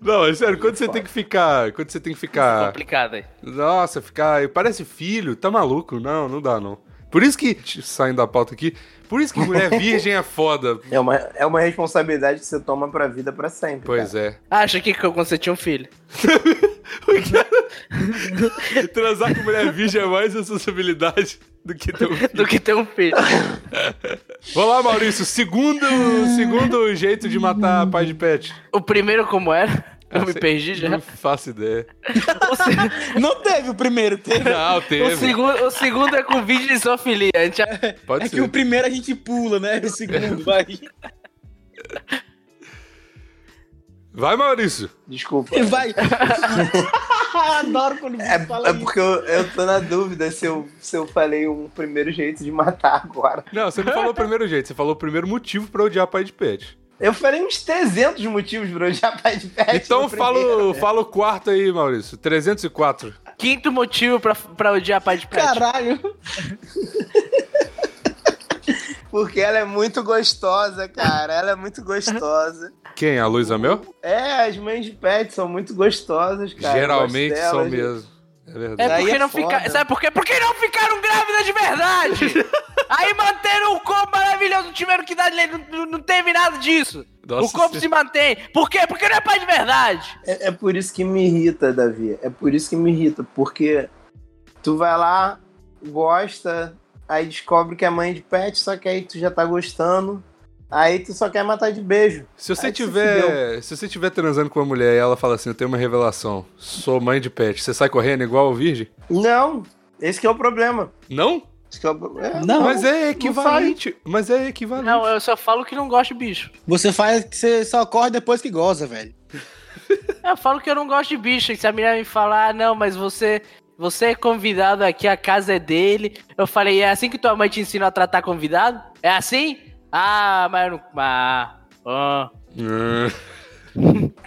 Não, é sério, quando você tem que ficar. Quando você tem que ficar.
é Complicado aí.
Nossa, ficar. Parece filho, tá maluco? Não, não dá, não. Por isso que. Saindo da pauta aqui, por isso que mulher virgem é foda.
É uma, é uma responsabilidade que você toma pra vida pra sempre.
Pois é.
Acha que quando você tinha um filho?
Transar com mulher virgem é mais responsabilidade [LAUGHS] do que ter um filho.
Do que ter um filho.
Vamos lá, Maurício. Segundo, segundo jeito de matar pai de pet.
O primeiro como era? Eu
Ah,
me
sei-
perdi já.
Não faço ideia.
O, se-
Não teve o primeiro, teve.
Não,
o
teve.
segundo, o segundo é com vídeo de zoofilia. A gente já-
Pode
É
ser.
que o primeiro a gente pula, né? O segundo vai.
Vai, Maurício.
Desculpa.
E vai. [LAUGHS] Adoro quando você
É,
fala
é
isso.
porque eu, eu tô na dúvida se eu, se eu falei um primeiro jeito de matar agora.
Não, você não falou o primeiro jeito, você falou o primeiro motivo pra odiar pai de pet.
Eu falei uns 300 motivos pra eu já pai de pet.
Então
no
fala,
É, tipo, primeiro. né?
o- fala o quarto aí, Maurício. 304.
Quinto motivo pra, pra odiar pai de pet.
Caralho.
Porque ela é muito gostosa, cara. Ela
[LAUGHS]
é muito gostosa.
Quem? A Luísa Mel?
É, as mães de pet são muito gostosas, cara. Eu
Geralmente
gosto delas.
são mesmo. É verdade.
é
Daí
porque
é
não
foda.
fica... Sabe por quê? Porque não ficaram grávidas de
[LAUGHS]
verdade! Aí manteram um corpo maravilhoso, não tiveram que dar leite, não, não teve nada disso.
Nossa
o corpo
senhora.
se mantém. Por quê? Porque não é pai de verdade.
É, é por isso que me irrita, Davi. É por isso que me irrita. Porque tu vai lá, gosta, aí descobre que é mãe de pet, só que aí tu já tá gostando. Aí tu só quer matar de beijo.
Se você
Ai, se
tiver, se você tiver transando com uma mulher e ela fala assim, eu tenho uma revelação, sou mãe de pet, você sai correndo igual o virgem?
Não, esse que é o problema.
Não?
Esse que é o problema.
Não.
Mas é
sai.
equivalente. Mas é equivalente.
Não, eu só falo que não gosto de bicho.
é-
Você faz que você só corre depois que goza, velho.
Eu falo que eu não gosto de bicho. E se a menina me falar, ah, não, mas você, você é convidado aqui, a casa é dele. Eu falei, é assim que tua mãe te ensinou a tratar convidado? É assim? Ah, mas eu não. Ah. ah."
Hum.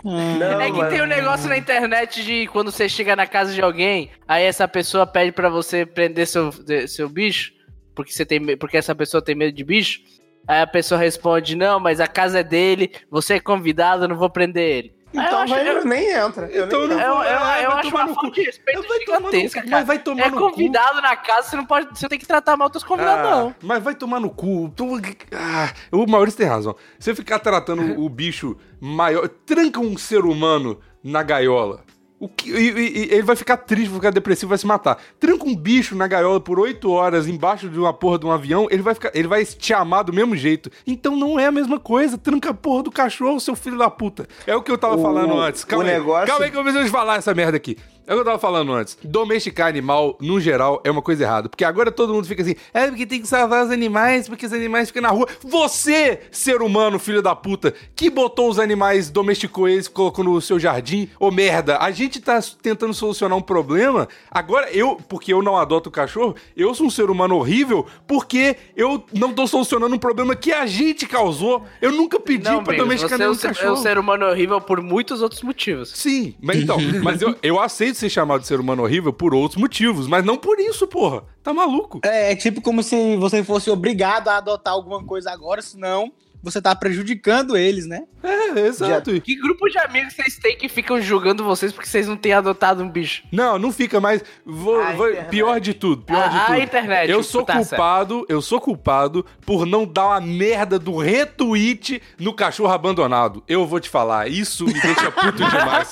Ah.
Não,
é que
mano.
tem um negócio na internet de quando você chega na casa de alguém, aí essa pessoa pede pra você prender seu, de- seu bicho, porque, você tem, me- porque essa pessoa tem medo de bicho. Aí a pessoa responde: Não, mas a casa é dele, você é convidado, eu não vou prender ele. Aí eu
Então
acho-
vai,
eu-
nem entra. Eu
Então
nem
não-
Eu, eu,
Ah,
eu
vai
acho
tomar
uma
no
falta
cu.
de respeito
Mas vai tomar no
gigantesca,
cu.
cara.
Mas vai tomar
é
no cu.
convidado na casa, você não pode. Você tem que tratar mal os convidados, não.
Ah, Mas vai tomar no cu. Tu- ah, o Maurício tem razão. Você ficar tratando o bicho maior. Tranca um ser humano na gaiola. O que, e- e- e ele vai ficar triste, vai ficar depressivo, vai se matar. Tranca um bicho na gaiola por oito horas embaixo de uma porra de um avião, ele vai ficar, ele vai te amar do mesmo jeito. Então não é a mesma coisa. Tranca a porra do cachorro, seu filho da puta. É o que eu tava
O-
falando antes.
o
Calma aí.
negócio-
Calma aí que eu preciso falar essa merda aqui. É o que eu tava falando antes. Domesticar animal, no geral, é uma coisa errada. Porque agora todo mundo fica assim, é porque tem que salvar os animais, porque os animais ficam na rua. Você, ser humano, filho da puta, que botou os animais, domesticou eles, colocou no seu jardim, ô merda, a gente tá tentando solucionar um problema. Agora, eu, porque eu não adoto cachorro, eu sou um ser humano horrível, porque eu não tô solucionando um problema que a gente causou. Eu nunca pedi
Não,
pra
Bigos,
domesticar
você é um,
nenhum
ser-
cachorro.
é um ser humano horrível por muitos outros motivos.
Sim, mas [LAUGHS] então, mas eu, eu aceito ser chamado de ser humano horrível por outros motivos, mas não por isso, porra. Tá maluco?
É, é tipo como se você fosse obrigado a adotar alguma coisa agora, senão você tá prejudicando eles, né?
É, exato.
Que grupo de amigos vocês têm que ficam julgando vocês porque vocês não têm adotado um bicho?
Não, não fica mais. Vou,
A
vou-
internet. Ah,
pior de tudo, pior
A-
de
a
tudo.
internet,
Eu
tipo,
sou
tá
culpado, eu sou culpado por não dar uma merda do retweet no cachorro abandonado. Eu vou te falar, isso me deixa puto
[LAUGHS]
demais.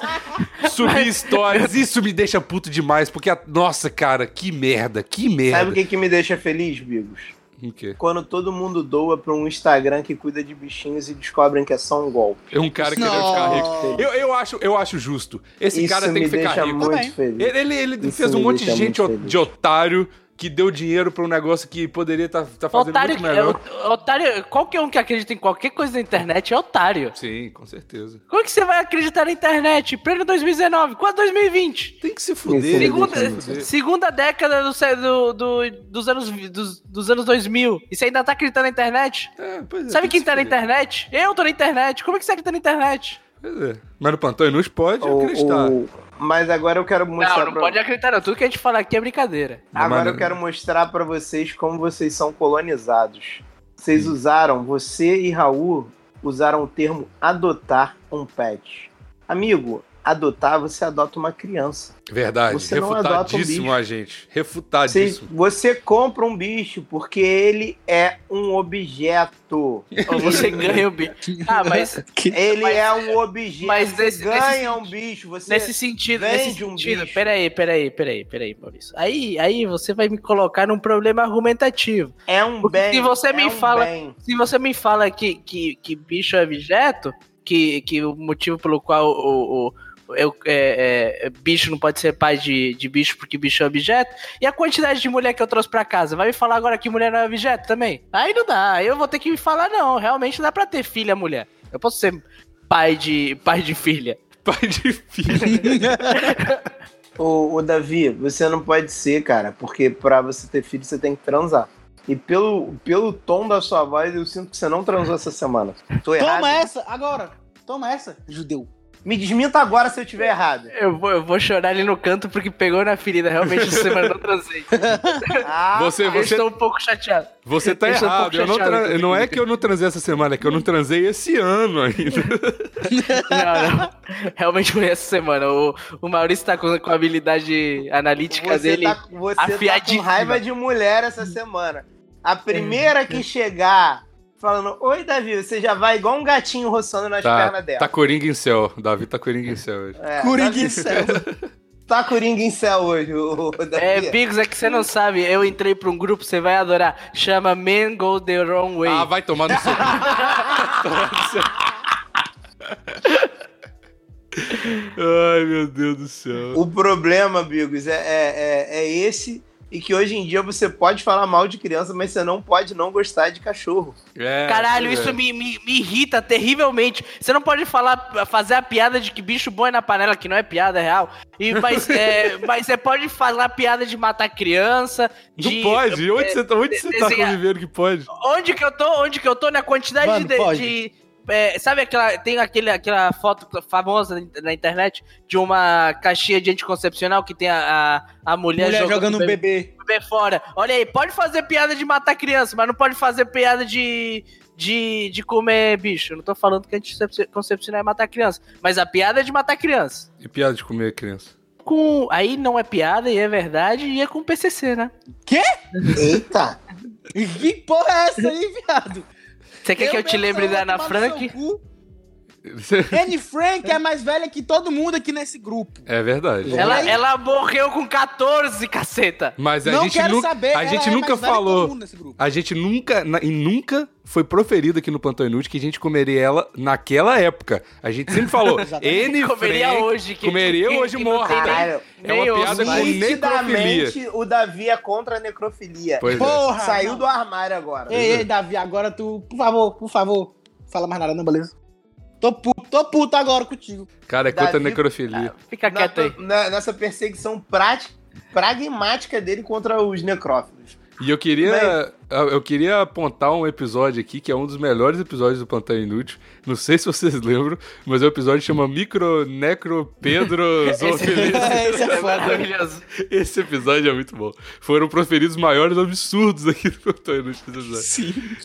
Subir stories, isso me deixa puto demais, porque a- nossa, cara, que merda, que merda.
Sabe o que, que me deixa feliz, Bigos?
O quê?
Quando todo mundo doa pra um Instagram que cuida de bichinhos e descobrem que é só um golpe.
É um cara que deve ficar rico. Eu, eu, acho, eu acho justo. Esse
Isso
cara tem
me
que ficar
deixa
rico.
muito
Também.
feliz.
Ele, ele- ele
Isso
fez um
me
monte de
deixa
gente
muito
o-
feliz.
de otário que deu dinheiro pra um negócio que poderia estar fazendo
Otário,
muito
que- é,
melhor.
o- otário, qualquer um que acredita em qualquer coisa na internet é otário.
Sim, com certeza.
Como é que você vai acreditar na internet? Pleno 2019, quase 2020.
Tem que se
Isso
fuder.
me
tem que se
deixa
Segunda,
fuder.
segunda década do, sé- do- do- dos, anos, dos, dos anos 2000. E você ainda tá acreditando na internet?
É, pois é,
Sabe
tem
quem
se
tá na
fuder.
internet? Eu tô na internet. Como é que você acredita na internet?
Pois é. Mas no Pantão Inútil pode
O-
acreditar.
o- Mas agora eu quero mostrar
não, não
pra...
pode acreditar não. Tudo que a gente falar aqui é brincadeira.
[LAUGHS]
Agora
Mas-
eu quero mostrar pra vocês como vocês são colonizados. Vocês usaram, você e Raul usaram o termo adotar um pet. Amigo, adotar, você adota uma criança.
Verdade.
Você não adota um
refutadíssimo
bicho.
a gente.
Você,
Refutadíssimo.
você compra um bicho porque ele é um objeto.
Ou Então você ganha o bicho. Ah,
[LAUGHS]
mas
Ele
Mas-
é um objeto.
mas
você
nesse-
ganha
nesse
um bicho. Você
nesse sentido,
vende
nesse
um
sentido,
bicho.
peraí, peraí, peraí, peraí, Maurício. Aí, aí você vai me colocar num problema argumentativo.
é um
Porque
bem.
se você
é
me
um
fala-
bem.
Se você me fala que, que, que bicho é objeto, que, que o motivo pelo qual o, o- o- eu- é- é- é, bicho não pode ser pai de, de bicho porque bicho é objeto, e a quantidade de mulher que eu trouxe pra casa, vai me falar agora que mulher não é objeto também? Aí não dá, aí eu vou ter que me falar, não, realmente dá pra ter filha mulher. Eu posso ser pai de, pai de filha.
Pai de filho.
Ô, ô, Davi, você não pode ser, cara, porque pra você ter filho você tem que transar. E pelo, pelo tom da sua voz, eu sinto que você não transou essa semana. Tô errado.
Toma é essa, agora. Toma essa, judeu.
Me desminta agora se eu tiver
[LAUGHS]
errado.
Eu vou, eu vou chorar ali no canto porque pegou na ferida, realmente essa semana eu não transei.
[LAUGHS]
Ah,
Você,
Eu
você,
estou um pouco chateado.
você tá
eu estou um
errado.
pouco
eu não,
chateado
tra-
também.
não é que eu não transei essa semana, é que eu não transei esse ano ainda.
Não, não. [LAUGHS] Realmente foi essa semana. O, o Maurício tá com, com a habilidade analítica
você
dele.
tá, você tá com
afiadíssima.
raiva de mulher essa semana. A primeira que chegar falando, oi, Davi, você já vai igual um gatinho roçando nas
Tá,
pernas dela.
tá coringa em céu. Davi tá coringa em céu hoje.
É,
Coringa em
Davi-
céu.
[LAUGHS] Tá coringa em céu hoje, o, Davi.
É, Bigos, é que você não sabe. Eu entrei pra um grupo, você vai adorar. Chama Men Go The Wrong Way.
Ah, vai tomar no seu. Ai, meu Deus do céu.
O problema, Bigos, é, é, é, é esse. E que hoje em dia você pode falar mal de criança, mas você não pode não gostar de cachorro.
É,
Caralho,
pois é.
isso me, me, me irrita terrivelmente. Você não pode falar, fazer a piada de que bicho bom é na panela, que não é piada é real. E,
[LAUGHS]
mas, é, mas você pode falar piada de matar criança.
Não
de-
pode? Onde você tá, onde você tá
desenhar-
convivendo que pode?
Onde que eu tô? Onde que eu tô? Na quantidade
Mano,
de.
pode.
de- é, sabe aquela. Tem aquele, aquela foto famosa na internet de uma caixinha de anticoncepcional que tem a, a, a mulher,
Mulher jogando um
o
bebê.
bebê fora. Olha aí, pode fazer piada de matar criança, mas não pode fazer piada de. De, de comer bicho. Eu não tô falando que anticoncepcional é matar criança, mas a piada é de matar criança.
E piada de comer criança.
Com. Aí não é piada e é verdade e é com PCC, né?
Eita!
Que porra é essa aí, viado?
Você [LAUGHS] quer que eu te
mesmo
lembre
sou um
da Ana
tomar no seu
Frank?
cu. Anne Frank é mais velha que todo mundo aqui nesse grupo.
É verdade.
Ela,
Aí-
ela morreu com 14, caceta.
Mas a
não
gente,
quero
nu-
saber.
a
ela
gente
é
nunca
mais velha que todo
falou.
mundo nesse grupo.
A gente nunca, na- e nunca foi proferido aqui no Plantão Inútil que a gente comeria ela naquela época. A gente sempre
[LAUGHS]
falou, N
Comeria
Frank
hoje, que-
comeria
que-
hoje
que não tem
morta.
nem-
É uma piada
osso,
com
mas-
necrofilia.
Nitidamente, o Davi é contra a necrofilia.
Pois é.
Porra!
Saiu
não.
do armário agora.
Ei, ei, Davi, agora tu, por favor, por favor, não fala mais nada, não, beleza? Tô puto, tô puto
[LAUGHS]
agora contigo.
Cara, é contra a
Davi-
necrofilia.
Fica
Na-
quieto aí.
na- nessa perseguição prática, pragmática dele contra os necrófilos.
E eu queria, eu queria apontar um episódio aqui que é um dos melhores episódios do Plantão Inútil. Não sei se vocês [LAUGHS] lembram, mas o episódio chama Micro Necro
[LAUGHS]
Pedro Zoofilia.
Esse é foda.
Maravilhoso.
Esse episódio é muito bom. Foram proferidos os maiores absurdos aqui do Plantão Inútil. nesse episódio.
Sim.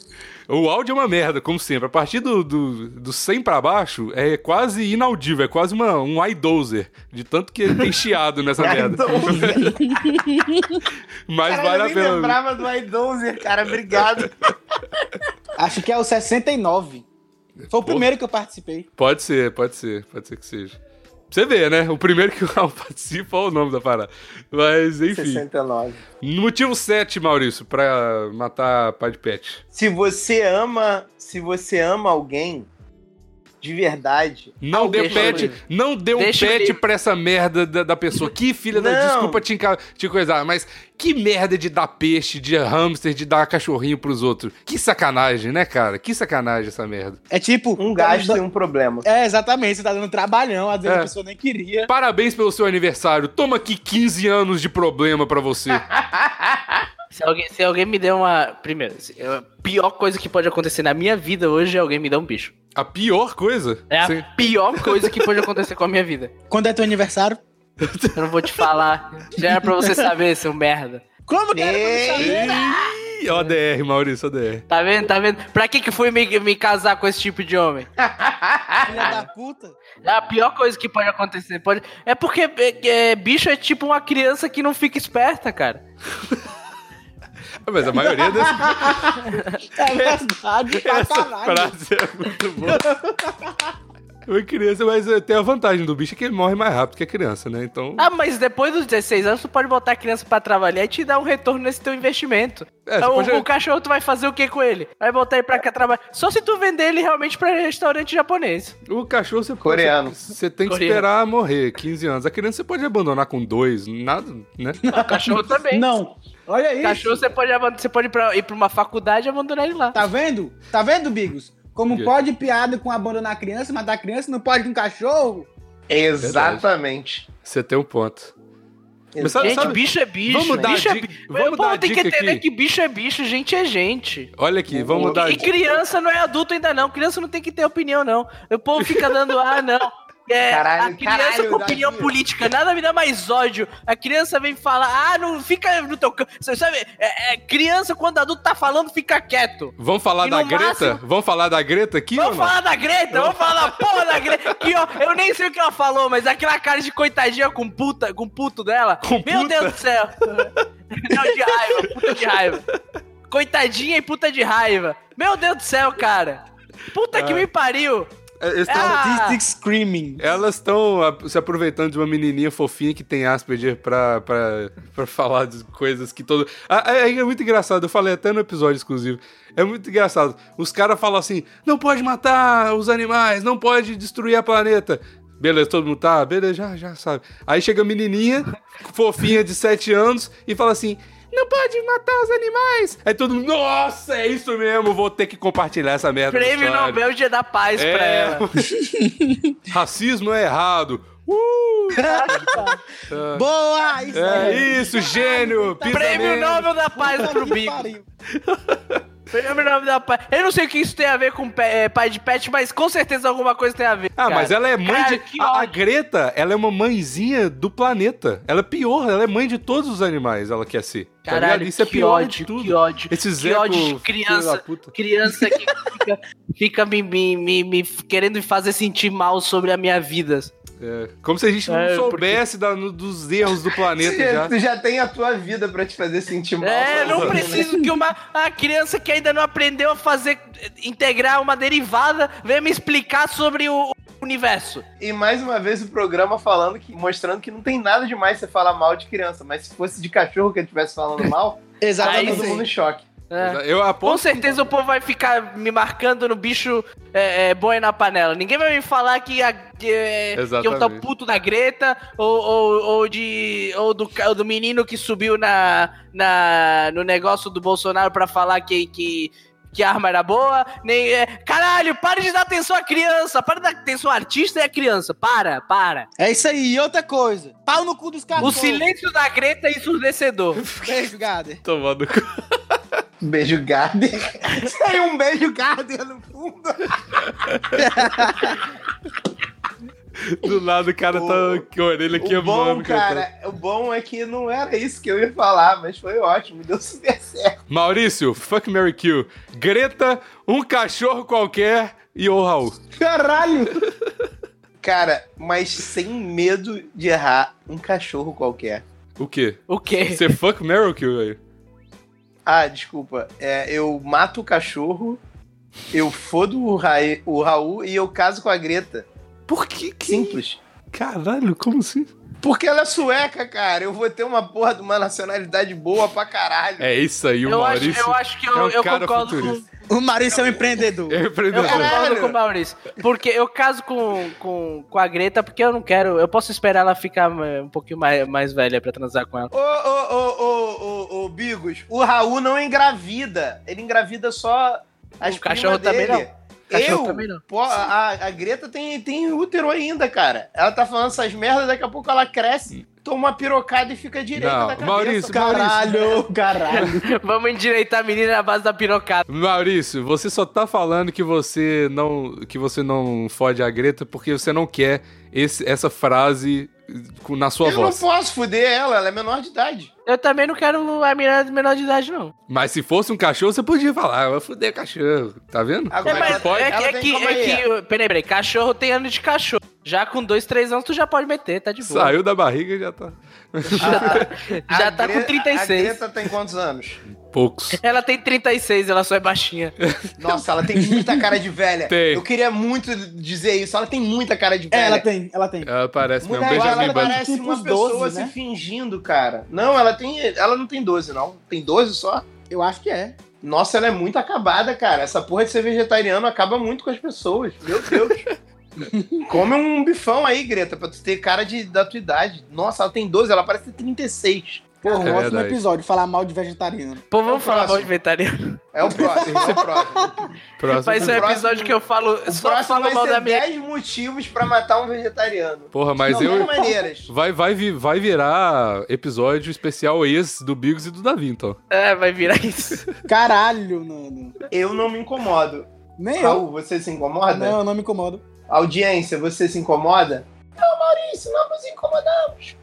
O áudio é uma merda, como sempre. A partir do, do, do 100 pra baixo é quase inaudível, é quase uma, um iDozer. De tanto que ele tem chiado
[LAUGHS]
nessa merda. [LAUGHS] Mas
Caralho,
vale
então, eu
a
nem
pena.
lembrava do iDozer, cara. Obrigado.
Acho que é o 69. Foi o primeiro que eu participei.
Pode ser, pode ser, pode ser que seja. Pra Você vê, né? O primeiro que o Raul [LAUGHS] participa é o nome da parada. Mas, [LAUGHS] enfim.
69.
Motivo 7, Maurício, pra matar pai de pet.
Se você ama, se você ama alguém de verdade,
Não dê
deixa eu
pet,
livre.
não dê um
Deixa eu
pet
livre.
pra essa merda da, da pessoa. Que filha da.
Não.
Desculpa te, enca- te coisar, mas que merda de dar peixe, de hamster, de dar cachorrinho pros outros. Que sacanagem, né, cara? Que sacanagem essa merda.
É tipo.
um gasto e um problema.
É, exatamente, você tá dando trabalhão, às vezes
É.
a pessoa nem queria.
Parabéns pelo seu aniversário. Toma aqui 15 anos de problema pra você.
Se alguém, se alguém me der uma. Primeiro, se- a pior coisa que pode acontecer na minha vida hoje é alguém me dar um bicho.
A pior coisa.
É a
Sim.
pior coisa que pode acontecer com a minha vida.
Quando é teu aniversário?
Eu não vou te falar. Já era pra você saber, seu merda.
Como que era pra
Ei.
eu saber?
Ih, ODR, Maurício, é ODR.
Tá vendo? Tá vendo? Pra que que fui me, me casar com esse tipo de homem?
Filha da puta.
É a pior coisa que pode acontecer. Pode... É porque é, é, bicho é tipo uma criança que não fica esperta, cara.
Ah, Mas a maioria desse
[LAUGHS] É
[LAUGHS]
verdade, pra
Essa
caralho.
frase é muito boa. Uma criança, mas eh, tem a vantagem do bicho é que ele morre mais rápido que a criança, né? Então.
Ah, mas depois dos 16 anos, tu pode botar a criança pra trabalhar e te dar um retorno nesse teu investimento.
É, você
Ah, o,
pode-
o cachorro, tu vai fazer o que com ele? Vai botar ele pra cá trabalhar. Só se tu vender ele realmente pra restaurante japonês.
O cachorro você pode-
Coreano.
Você, você tem que
Coreano.
esperar morrer 15 anos. A criança você pode abandonar com dois, nada, né?
O cachorro também.
Não. Olha isso.
Cachorro, você pode, aban- você pode ir, pra, ir pra uma faculdade e abandonar ele lá.
Tá vendo? Tá vendo, Bigos? Como
Quê?
pode piada com abandonar criança, matar criança, não pode com cachorro?
Exatamente.
Você tem um ponto. Mas
Gente,
sabe-
bicho é bicho.
Vamos dar
bicho é
dica-
bicho.
vamos
o povo
dar
tem que
dica
entender
aqui.
que bicho é bicho, gente é gente.
Olha aqui, vamos dar.
E criança não é adulto ainda não. Criança não tem que ter opinião, não. O povo fica dando, ah, não. É,
Caralho,
a criança
caralho,
com opinião
Davi.
política, nada me dá mais ódio. A criança vem falar, ah, não fica no teu canto. Você sabe, é, é, criança quando adulto tá falando, fica quieto.
Vamos falar
E
da
no
Greta?
máximo-
Vamos falar da Greta aqui
vamos
ou não?
falar da Greta, vamos falar da porra da Greta. Que, ó, eu nem sei o que ela falou, mas aquela cara de coitadinha com puta, com puto dela.
Com
Meu
puta?
Deus do céu. [LAUGHS] Não, de raiva, puta de raiva. Coitadinha e puta de raiva. Meu Deus do céu, cara. Puta que me pariu.
Eles tão-
Ah.
Autistic Screaming.
Elas estão se aproveitando de uma menininha fofinha que tem Asperger pra, pra, pra [LAUGHS] falar de coisas que todo. Ah, É, é muito engraçado, eu falei até no episódio exclusivo. É muito engraçado. Os caras falam assim: não pode matar os animais, não pode destruir a planeta. Beleza, todo mundo tá, beleza, já, já sabe. Aí chega a menininha, [LAUGHS] fofinha de 7 anos, e fala assim: não pode matar os animais. Aí todo mundo, nossa, é isso mesmo, vou ter que compartilhar essa merda. no
Prêmio
story."
Nobel Dia da Paz pra
É.
ela.
[LAUGHS] Racismo é errado. Uh!
Boa! Isso aí.
É isso, gênio! pisa
Tá Prêmio
menos.
Nobel da Paz pro
Que
Bico.
pariu.
Prêmio Nobel da Paz. Eu não sei o que isso tem a ver com pe- eh, pai de pet, mas com certeza alguma coisa tem a ver.
Ah, mas ela é mãe
Cara,
de.
que
A, a
ódio.
Greta, ela é uma mãezinha do planeta. Ela é pior, ela é mãe de todos os animais, ela quer ser. Tá
Caralho,
ligado? isso é
que
pior de
ódio,
tudo.
que ódio.
Esse
que
Zeco,
ódio de
filho da
criança.
puta.
Criança que fica, fica me, me- me- me f- querendo me fazer sentir mal sobre a minha vida.
Como se a gente não
É,
soubesse da- no- dos erros do planeta
Você
já.
tu já tem a tua vida pra te fazer sentir mal.
É, não
sozinho, né?
preciso que uma a criança que ainda não aprendeu a fazer integrar uma derivada venha me explicar sobre o universo.
E mais uma vez o programa falando que, mostrando que não tem nada demais você falar mal de criança, mas se fosse de cachorro que ele estivesse falando mal, tava
Aí
todo
sim.
mundo em choque.
[LAUGHS] É.
Eu
Com
aposto.
certeza o povo vai ficar me marcando no bicho é, é, boi na panela. Ninguém vai me falar que, a, que, é, que eu tô
Exatamente.
puto da Greta ou, ou, ou de, ou, do, ca- ou do menino que subiu na, na, no negócio do Bolsonaro pra falar que, que, que a arma era boa. Nem, é, caralho, para de dar atenção à criança. Para de dar atenção ao artista e à criança. Para, para.
É isso aí. E outra coisa. Pau no cu dos
O
cachorros. Um
silêncio da Greta é ensurdecedor.
Beijo, Gader.
Tomando [LAUGHS] cu.
Beijo, Gader. Saiu um beijo, Gader no fundo.
Do lado o cara tá com a orelha
O
queimando.
é bom, cara, o bom é que não era isso que eu ia falar, mas foi ótimo, deu super certo.
Maurício, fuck Mary Kill. Greta, um cachorro qualquer e o Raul.
Caralho! Cara, mas sem medo de errar um cachorro qualquer.
O quê?
O quê?
[LAUGHS] Você fuck Mary Kill aí.
Ah, desculpa. É, eu mato o cachorro, eu fodo o, Ra o Raul e eu caso com a Greta.
Por que que.
Simples.
Caralho, como assim?
Porque ela é sueca, cara. Eu vou ter uma porra de uma nacionalidade boa pra caralho.
É isso aí, o
Eu acho,
Maurício.
eu acho que
é
eu,
um
eu
cara
concordo com,
futurista.
O Maurício é um empreendedor.
É
Eu
empreendedor.
Caralho.
concordo com o Maurício. Porque eu caso com, com, com a Greta porque eu não quero. Eu posso esperar ela ficar eh, um pouquinho mais, mais velha pra transar com ela.
Ô, ô, ô, ô, ô, ô, Bigos, o Raul não engravida. Ele engravida só as
O cachorro
tá
primas
também
dele.
Cachorro
eu?
também não. [LAUGHS]
Pô, a, a Greta tem, tem útero ainda, cara. Ela tá falando essas merdas, daqui a pouco ela cresce, toma uma pirocada e fica direita
Não,
da cabeça.
Maurício,
caralho, caralho.
Vamos endireitar a menina na base da pirocada.
Maurício, você só tá falando que você não que você não fode a Greta porque você não quer esse- essa frase com- na sua
Eu não
voz.
posso fuder ela, ela é menor de idade.
Eu também não quero a menina de menor de idade, não.
Mas se fosse um cachorro, você podia falar, eu fudei cachorro, tá vendo?
É,
Agora,
mas
ela-
é, que-
ela
é
tem
que.
como
É
aí,
que peraí, peraí. Cachorro tem ano de cachorro. Já com dois, três anos, tu já pode meter, tá de boa.
Saiu da barriga e já tá.
[LAUGHS]
a-
Já
a
tá
Gre-
com
A
36.
Greta tem quantos anos?
Poucos.
Ela tem 36, ela só é baixinha.
Nossa, ela tem muita cara de velha.
Tem.
Eu queria muito dizer isso. Ela tem muita cara de velha.
É, ela tem, ela tem.
Ela Ah, parece mesmo
Mulher, ela
Benjamin Button.
parece
Tipo
uma
uns 12,
pessoa
né?
se fingindo, cara. Não, ela tem. Ela não tem 12, não. Tem 12 só?
Eu acho que é.
Nossa, ela é muito acabada, cara. Essa porra de ser vegetariano acaba muito com as pessoas. Meu
[LAUGHS]
Deus. Come um bifão aí, Greta, pra tu ter cara de, da tua idade. Nossa, ela tem 12, ela parece ter 36.
Porra, um
É
ótimo
verdade.
episódio, falar mal de vegetariano.
Pô, vamos
É o
falar mal
próximo.
de vegetariano.
É o próximo, é o próximo.
Próximo.
Mas isso é um
próximo-
episódio que eu falo.
O
Só
próximo
falo mal
vai ser
da minha.
10 motivos pra matar um vegetariano.
Porra, mas
não,
eu.
dez maneiras.
Vai, vai, vi- vai virar episódio especial ex do Bigos e do Davi, então.
É, vai virar isso.
Caralho, Nando.
Eu não me incomodo.
Nem eu.
Raul, você se incomoda?
né?
Não, eu não me incomodo.
Audiência, você se incomoda? Não, Maurício, não nos incomodamos.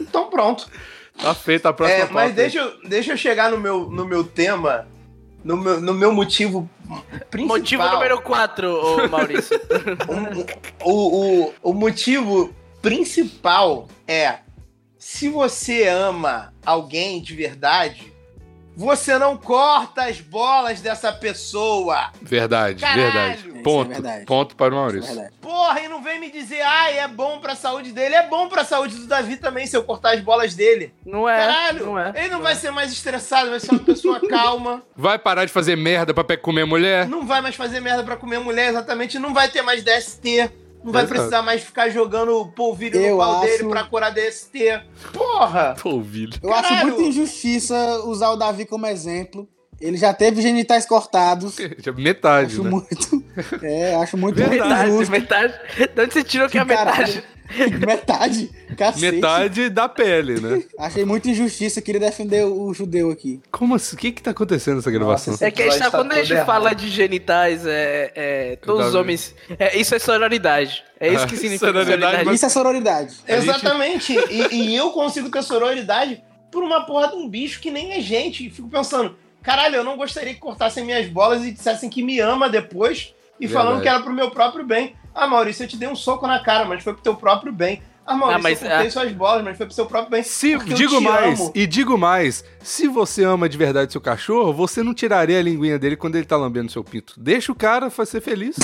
então pronto.
Tá feita a próxima
É, mas
pauta.
deixa eu, deixa eu chegar no meu, no meu tema, no meu, no meu motivo principal.
Motivo número
[LAUGHS]
4, ô Maurício.
Um, o, o, o motivo principal é: se você ama alguém de verdade, você não corta as bolas dessa pessoa.
Verdade,
Caralho! Isso
verdade.
é
Ponto.
verdade.
Ponto para o
Isso é
Maurício.
verdade.
Porra, e não vem me dizer, ai, é bom pra saúde dele. É bom pra saúde do Davi também se eu cortar as bolas dele.
Não é.
Caralho,
Não é.
ele não vai ser mais estressado, vai ser uma pessoa [LAUGHS] calma.
Vai parar de fazer merda pra pe- comer mulher?
Não vai mais fazer merda pra comer mulher, exatamente. Não vai ter mais DST. Não vai
Exato.
precisar mais ficar jogando polvilho
Eu
no pau
acho-
dele pra curar DST. Porra!
Pô, vida.
Eu acho
Caralho!
muita injustiça usar o Davi como exemplo. Ele já teve genitais cortados.
[LAUGHS] Já Metade,
Acho
né?
muito. [LAUGHS] É, acho muito
Verdade, [LAUGHS]
injusto.
metade. De onde você tirou que é a metade?
Caralho. Metade. Cacete.
Metade da pele, né?
[LAUGHS] Achei muita injustiça. Queria defender o judeu aqui.
Como assim? O que que tá acontecendo nessa gravação?
Nossa,
É que a gente tá,
Tá
quando a
tudo
gente
errado.
fala de genitais, é, é, todos os
Davi.
homens. é, isso é sororidade. É isso que
Ah,
significa
sororidade,
sororidade.
mas-
Isso é sororidade.
A gente-
Exatamente. E, e eu consigo ter sororidade por uma porra de um bicho que nem é gente. E fico pensando, caralho, eu não gostaria que cortassem minhas bolas e dissessem que me ama depois e
Verdade.
falando que era pro meu próprio bem. Ah, Maurício, eu te dei um soco na cara, mas foi pro teu próprio bem. Ah, Maurício,
Ah, mas,
eu cortei
é-
ah.
suas bolas, mas foi pro seu próprio bem.
Se,
porque eu
digo
te
mais,
amo.
e digo mais, se você ama de verdade seu cachorro, você não tiraria a linguinha dele quando ele tá lambendo seu pinto. Deixa o cara fa- ser
[LAUGHS]
feliz.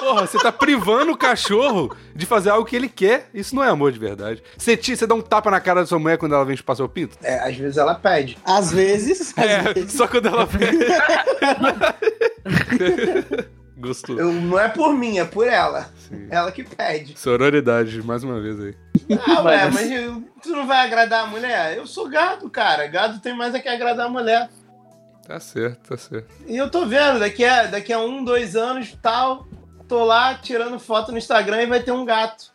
Porra, você tá privando o cachorro de fazer algo que ele quer. Isso não é amor de verdade. Você, ti- você dá um tapa na cara da sua mulher quando ela vem chupar seu pinto?
É, às vezes ela pede.
Às vezes.
[LAUGHS]
[LAUGHS]
às
É,
vezes.
só quando ela vem. Gostou.
Eu- não é por mim, é por ela.
Sim.
Ela
[LAUGHS]
que pede.
Sororidade, mais uma vez aí.
Ah, ué,
Mas-
mas eu- tu não vai agradar a mulher? Eu sou gado, cara. Gado tem mais a que agradar a mulher.
Tá certo, tá certo.
E eu tô vendo, daqui a, daqui a um, dois anos tal, tô lá tirando foto no Instagram e vai ter um gato.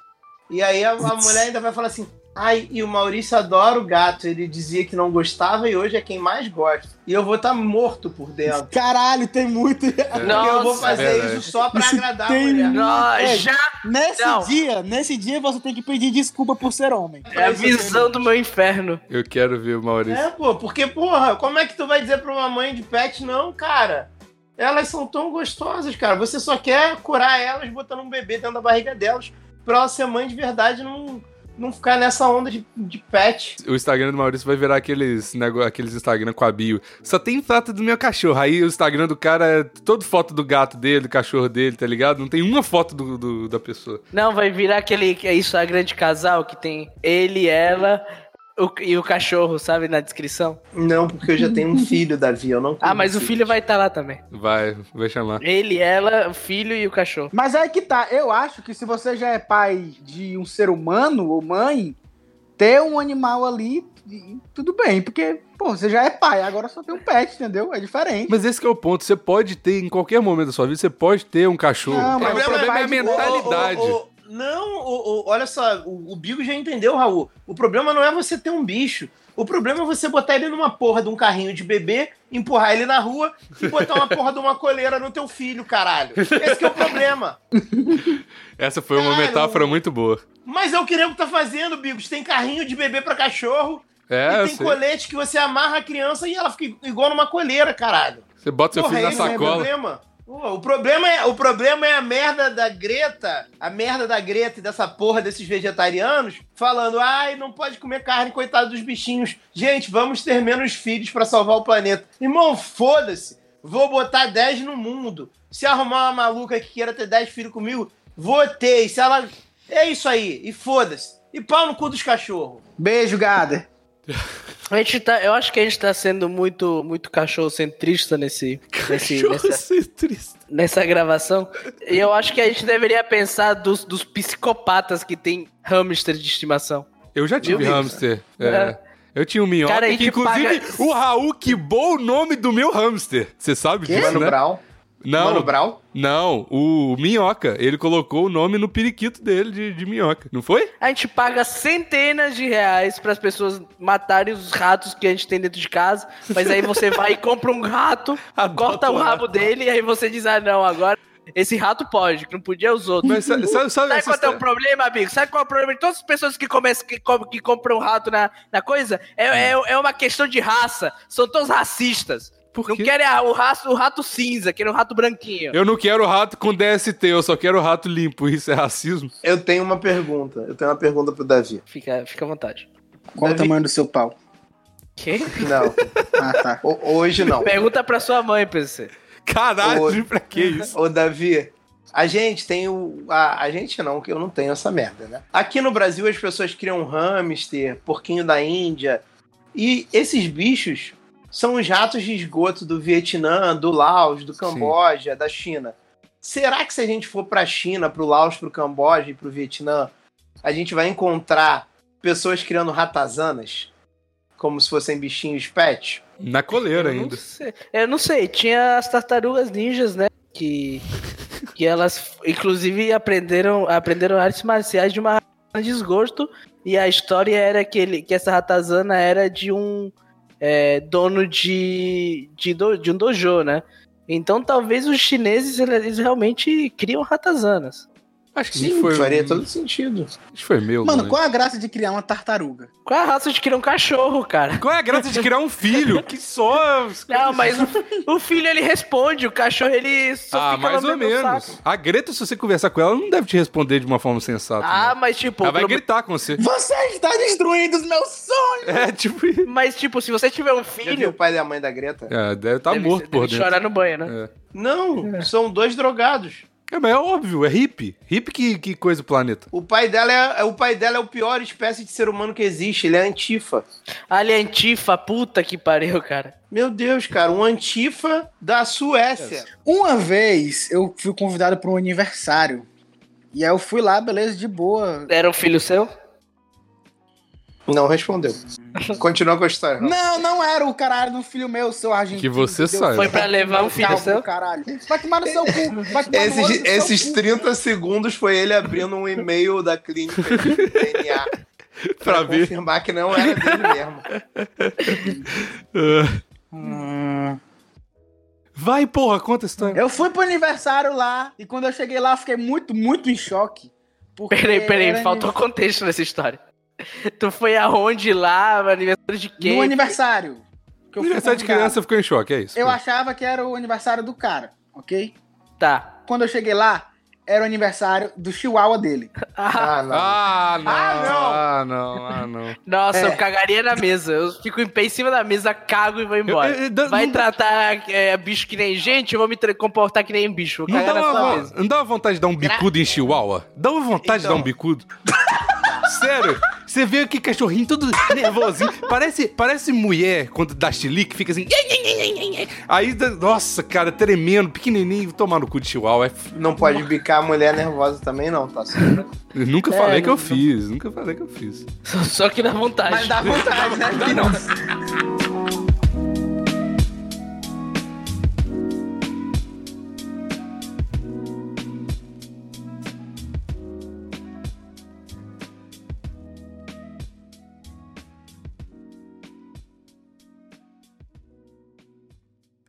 E aí a, a mulher ainda vai falar assim: ai, e o Maurício adora o gato. Ele dizia que não gostava e hoje é quem mais gosta. E eu vou estar morto por dentro.
Caralho, tem muito. [LAUGHS]
Porque eu vou
Nossa,
é
fazer
verdade.
isso só pra
Isso
agradar a
tem
mulher.
Nossa,
É.
já
Nesse
Não.
dia, nesse dia você tem que pedir desculpa por ser homem.
é a visão do meu inferno.
Eu quero ver o Maurício.
É, pô, porque, porra, como é que tu vai dizer pra uma mãe de pet, não, cara? Elas são tão gostosas, cara. Você só quer curar elas botando um bebê dentro da barriga delas pra ela ser mãe de verdade e não, não ficar nessa onda de, de pet.
O Instagram do Maurício vai virar aqueles, nego- aqueles Instagram com a bio. Só tem foto do meu cachorro. Aí o Instagram do cara é toda foto do gato dele, do cachorro dele, tá ligado? Não tem uma foto do, do- da pessoa.
Não, vai virar aquele que é isso, a grande casal que tem ele, ela o- e o cachorro, sabe, na descrição.
Não, porque eu já tenho [LAUGHS] um filho, Davi, eu não
Ah, mas o filho vai estar lá também.
Vai, vai chamar.
Ele, ela, o filho e o cachorro.
Mas aí que tá, eu acho que se você já é pai de um ser humano ou mãe, ter um animal ali, e- tudo bem, porque, pô, você já é pai, agora só tem um pet, entendeu? É diferente.
Mas esse que é o ponto. Você pode ter, em qualquer momento da sua vida, você pode ter um cachorro.
Não,
o
mas
problema,
o problema
é a
é de-
mentalidade.
Ô, ô, ô, não, ô, ô, olha só, o, o Bigo já entendeu, Raul. O problema não é você ter um bicho. O problema é você botar ele numa porra de um carrinho de bebê, empurrar ele na rua e botar uma porra de uma coleira no teu filho, caralho. Esse que é o problema.
Essa foi uma
Caralho.
metáfora muito boa.
Mas é o que o nego tá fazendo, Bigos. Tem carrinho de bebê pra cachorro
É,
e
eu
tem
sei.
colete que você amarra a criança e ela fica igual numa coleira, caralho.
você bota seu
Porra,
filho na
esse não é
sacola.
problema. Pô, o, problema é, o problema é a merda da Greta, a merda da Greta e dessa porra desses vegetarianos falando, ai, não pode comer carne, coitado dos bichinhos. Gente, vamos ter menos filhos pra salvar o planeta. Irmão, foda-se. Vou botar 10 no mundo. Se arrumar uma maluca que queira ter 10 filhos comigo, votei. Se ela. É isso aí. E foda-se. E pau no cu dos cachorros.
Beijo, Gader.
A gente tá, eu acho que a gente tá sendo muito, muito cachorro centrista nesse, nesse,
Cachorro
nessa,
ser triste.
nessa gravação. E eu acho que a gente deveria pensar dos, dos psicopatas que tem hamster de estimação.
Eu já tive
Viu,
hamster.
É.
É. Eu tinha um minhoca,
Cara, a
que
gente
inclusive
paga-
o Raul quebrou o nome do meu hamster. Você sabe disso,
Mano
né?
Brown.
Não,
Mano Brown.
não, o Minhoca. Ele colocou o nome no periquito dele de, de Minhoca, não foi?
A gente paga centenas de reais para as pessoas matarem os ratos que a gente tem dentro de casa, mas aí você vai e compra um rato,
[LAUGHS] Adota um
corta
o
o rabo dele e aí você diz: "Ah, não, agora esse rato pode, que não podia é os outros".
Mas sabe, sabe, sabe
Sabe
essa
qual é o
história?
problema, amigo? Sabe qual é o problema de todas as pessoas que, começam, que, com- que compram rato na, na coisa? É, é,
Hum.
é uma questão de raça. São todos racistas.
Por
não
quê?
querem a- o, raço, o rato cinza, querem o rato branquinho.
Eu não quero rato com DST, eu só quero rato limpo. Isso é racismo?
Eu tenho uma pergunta. Eu tenho uma pergunta pro Davi.
Fica, fica à vontade.
Qual o tamanho do seu pau?
Quê?
Não. [LAUGHS]
Ah, tá.
Ho- Hoje não.
Pergunta pra sua mãe, PC.
Caralho,
Ô.
pra que isso?
Ô, Davi, a gente tem o. A, a gente não, que eu não tenho essa merda, né? Aqui no Brasil as pessoas criam um hamster, porquinho da Índia. E esses bichos são os ratos de esgoto do Vietnã, do Laos, do Camboja, da China. Será que se a gente for pra China, pro Laos, pro Camboja e pro Vietnã, a gente vai encontrar pessoas criando ratazanas? Como se fossem bichinhos pet?
Na coleira ainda.
Não sei. É, Eu não sei, tinha as tartarugas ninjas, né? Que, que elas, inclusive, aprenderam, aprenderam artes marciais de uma ratazana de esgoto. E a história era que, ele, que essa ratazana era de um é, dono de, de, do- de um dojo, né? Então talvez os chineses eles realmente criam ratazanas.
Acho que
Sim,
foi. um-
faria todo sentido.
Acho que foi meu.
Mano,
né?
qual é a graça de criar uma tartaruga?
Qual é a raça de criar um cachorro,
[LAUGHS]
cara?
Qual é a graça de criar um filho? Que só.
Não, mas o, o filho ele responde, o cachorro ele só
ah,
fica
mais ou
lambendo o saco.
menos. A Greta, se você conversar com ela, ela não deve te responder de uma forma sensata.
Ah,
né?
mas tipo,
Ela
o
vai
proble-
gritar com você. [LAUGHS]
Você está destruindo os meus sonhos!
É, tipo.
mas tipo, se você tiver um
Já viu o
filho,
pai da mãe da Greta?
É, deve estar
deve-
morto
deve
por dentro.
chorar no banho, né?
É.
Não, são dois drogados.
É, mas é óbvio, é hippie. Hippie que, que coisa o planeta.
O pai dela é, é- o pai dela é o pior espécie de ser humano que existe, ele é antifa.
Ali antifa, puta que pariu, cara.
Meu Deus, cara, um antifa da Suécia.
Uma vez eu fui convidado para um aniversário. E aí eu fui lá, beleza, de boa.
Era um filho seu?
Não respondeu. Continua com a história.
Não, não era o caralho do filho meu, seu argentino.
Que você
Deus
saiba.
Foi pra levar um filho
calvo,
seu?
Caralho. Vai tomar no seu cu. Vai tomar no olho
Esses,
do seu
esses
cu.
30 segundos foi ele abrindo um e-mail da clínica de
[LAUGHS]
DNA
Pra
pra
ver.
confirmar que não era dele mesmo.
Ah.
Hum.
Vai, porra, conta a história.
Eu fui pro aniversário lá. E quando eu cheguei lá, eu fiquei muito, muito em choque.
[LAUGHS]
porque
Peraí,
era
peraí, faltou contexto nessa história. Tu foi aonde lá, no aniversário de
No
quem?
aniversário. que eu fui
Aniversário de
convidado.
criança ficou em choque, é isso.
Eu achava que era o aniversário do cara, ok?
Tá.
Quando eu cheguei lá, era o aniversário do chihuahua dele.
Ah,
Ah, não.
Ah, não. Ah,
Ah,
não. Ah, não.
nossa,
É.
eu cagaria na mesa. Eu fico em pé em cima da mesa, cago e vou embora.
Eu- eu- eu-
Vai
não-
tratar é, bicho que nem gente, eu vou me tra- comportar que nem bicho. Vou
Não dá,
cagar na sua
uma,
mesa.
vo- Então, não dá uma vontade de dar um bicudo em chihuahua? Dá uma vontade de dar um
Então.
bicudo? [LAUGHS] Sério? Você vê aqui cachorrinho todo nervosinho. Parece, parece mulher quando dá chilique, fica assim. Aí, dá- nossa, cara, tremendo, pequenininho, tomar no cu de chihuahua. É f-
Não pode bicar a mulher nervosa também, não, tá certo?
eu nunca
É,
falei que eu
não-
fiz, nunca falei que eu fiz.
Só, [LAUGHS] só que dá vontade.
Mas dá vontade, né? não.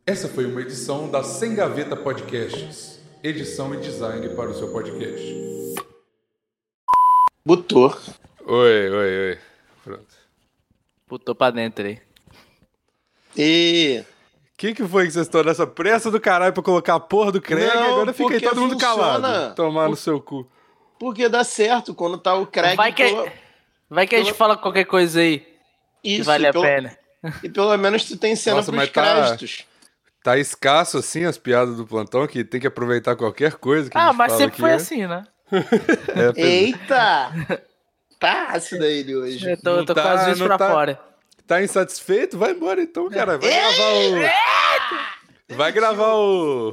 Essa foi uma edição da Sem Gaveta Podcasts. Edição e design para o seu podcast.
Butor.
Oi, oi, oi. Pronto.
Putou pra dentro aí.
E.
O que, que foi que vocês estão nessa pressa do caralho pra colocar a porra do Craig?
Não,
agora fica aí
porque
todo mundo
funciona.
calado. Tomar no seu cu.
Porque dá certo quando tá o crack.
Vai que- é-
pelo-
Vai que a gente
Pelo-
fala qualquer coisa aí que
Isso, então,
vale
e
a
pelo...
pena.
E pelo menos tu tem cena
Nossa, mas
pros
tá-
créditos.
Tá escasso assim as piadas do plantão que tem que aproveitar qualquer coisa que a
Ah,
gente
mas
fala
sempre
aqui,
foi
né?
assim, né?
É, pois é.
Eita! Tá ácido ele hoje.
Eu tô,
Não
eu tô
tá,
quase isso
não
pra
tá.
fora.
Tá insatisfeito? Vai embora então, cara. Vai gravar o. Vai gravar o.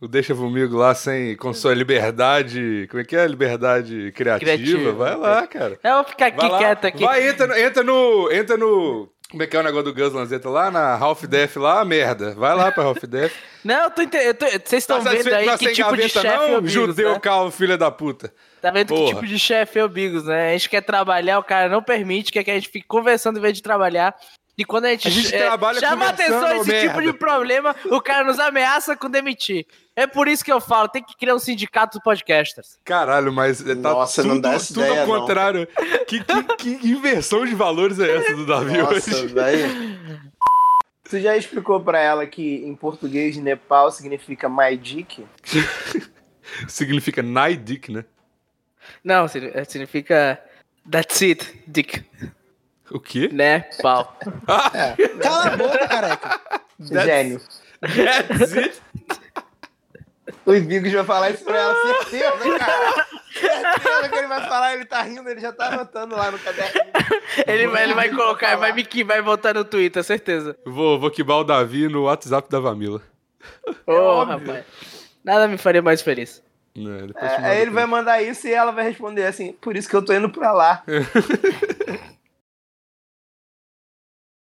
o... o Deixa comigo lá sem. com sua liberdade. Como é que é? Liberdade criativa.
Criativa.
Vai lá, cara.
Eu vou ficar aqui
Vai lá,
quieto aqui.
Vai, entra, no- entra no. Entra no. Como é que é o negócio do Gus Lanzetta lá? Na Half Death lá, merda. Vai lá pra Tá Half Death.
Não, eu tô ente- eu tô- vocês [LAUGHS] estão vendo aí que tipo de chefe é o
não,
Bigos,
judeu
né?
calvo, filha da puta.
Tá vendo
Porra.
que tipo de chefe é o Bigos, né? A gente quer trabalhar, o cara não permite, quer que a gente fique conversando em vez de trabalhar. E quando a gente,
A gente
é,
trabalha
chama
conversando,
atenção a esse
merda.
tipo de problema, o cara nos ameaça com demitir. É por isso que eu falo, tem que criar um sindicato dos podcasters.
Caralho, mas é, tá
Nossa,
tudo,
não dá essa
tudo
ideia,
ao
não.
contrário. Que, que- que inversão de valores é essa do Davi
Nossa,
hoje? [LAUGHS]
velho. Tu já explicou pra ela que em português Nepal significa my dick?
Significa Naidick, né?
Não, signi- é, significa that's it, dick,
O quê?
né, pau. [LAUGHS]
É.
Cala a boca, careca.
Gênio.
That's it.
O Bigos vai falar isso pra ela, certeza, cara. Certeza que ele vai falar, ele tá rindo, ele já tá anotando lá no caderno.
Ele, vai- ele vai colocar, ele vai me que vai voltar no Twitter, certeza.
[LAUGHS] Vou, vou quebar o Davi no WhatsApp da Vamila.
Ô, rapaz. Nada me faria mais feliz.
Né, depois te
É,
mando
aí ele
pra [LAUGHS]
vai mandar isso e ela vai responder assim, por isso que eu tô indo pra lá.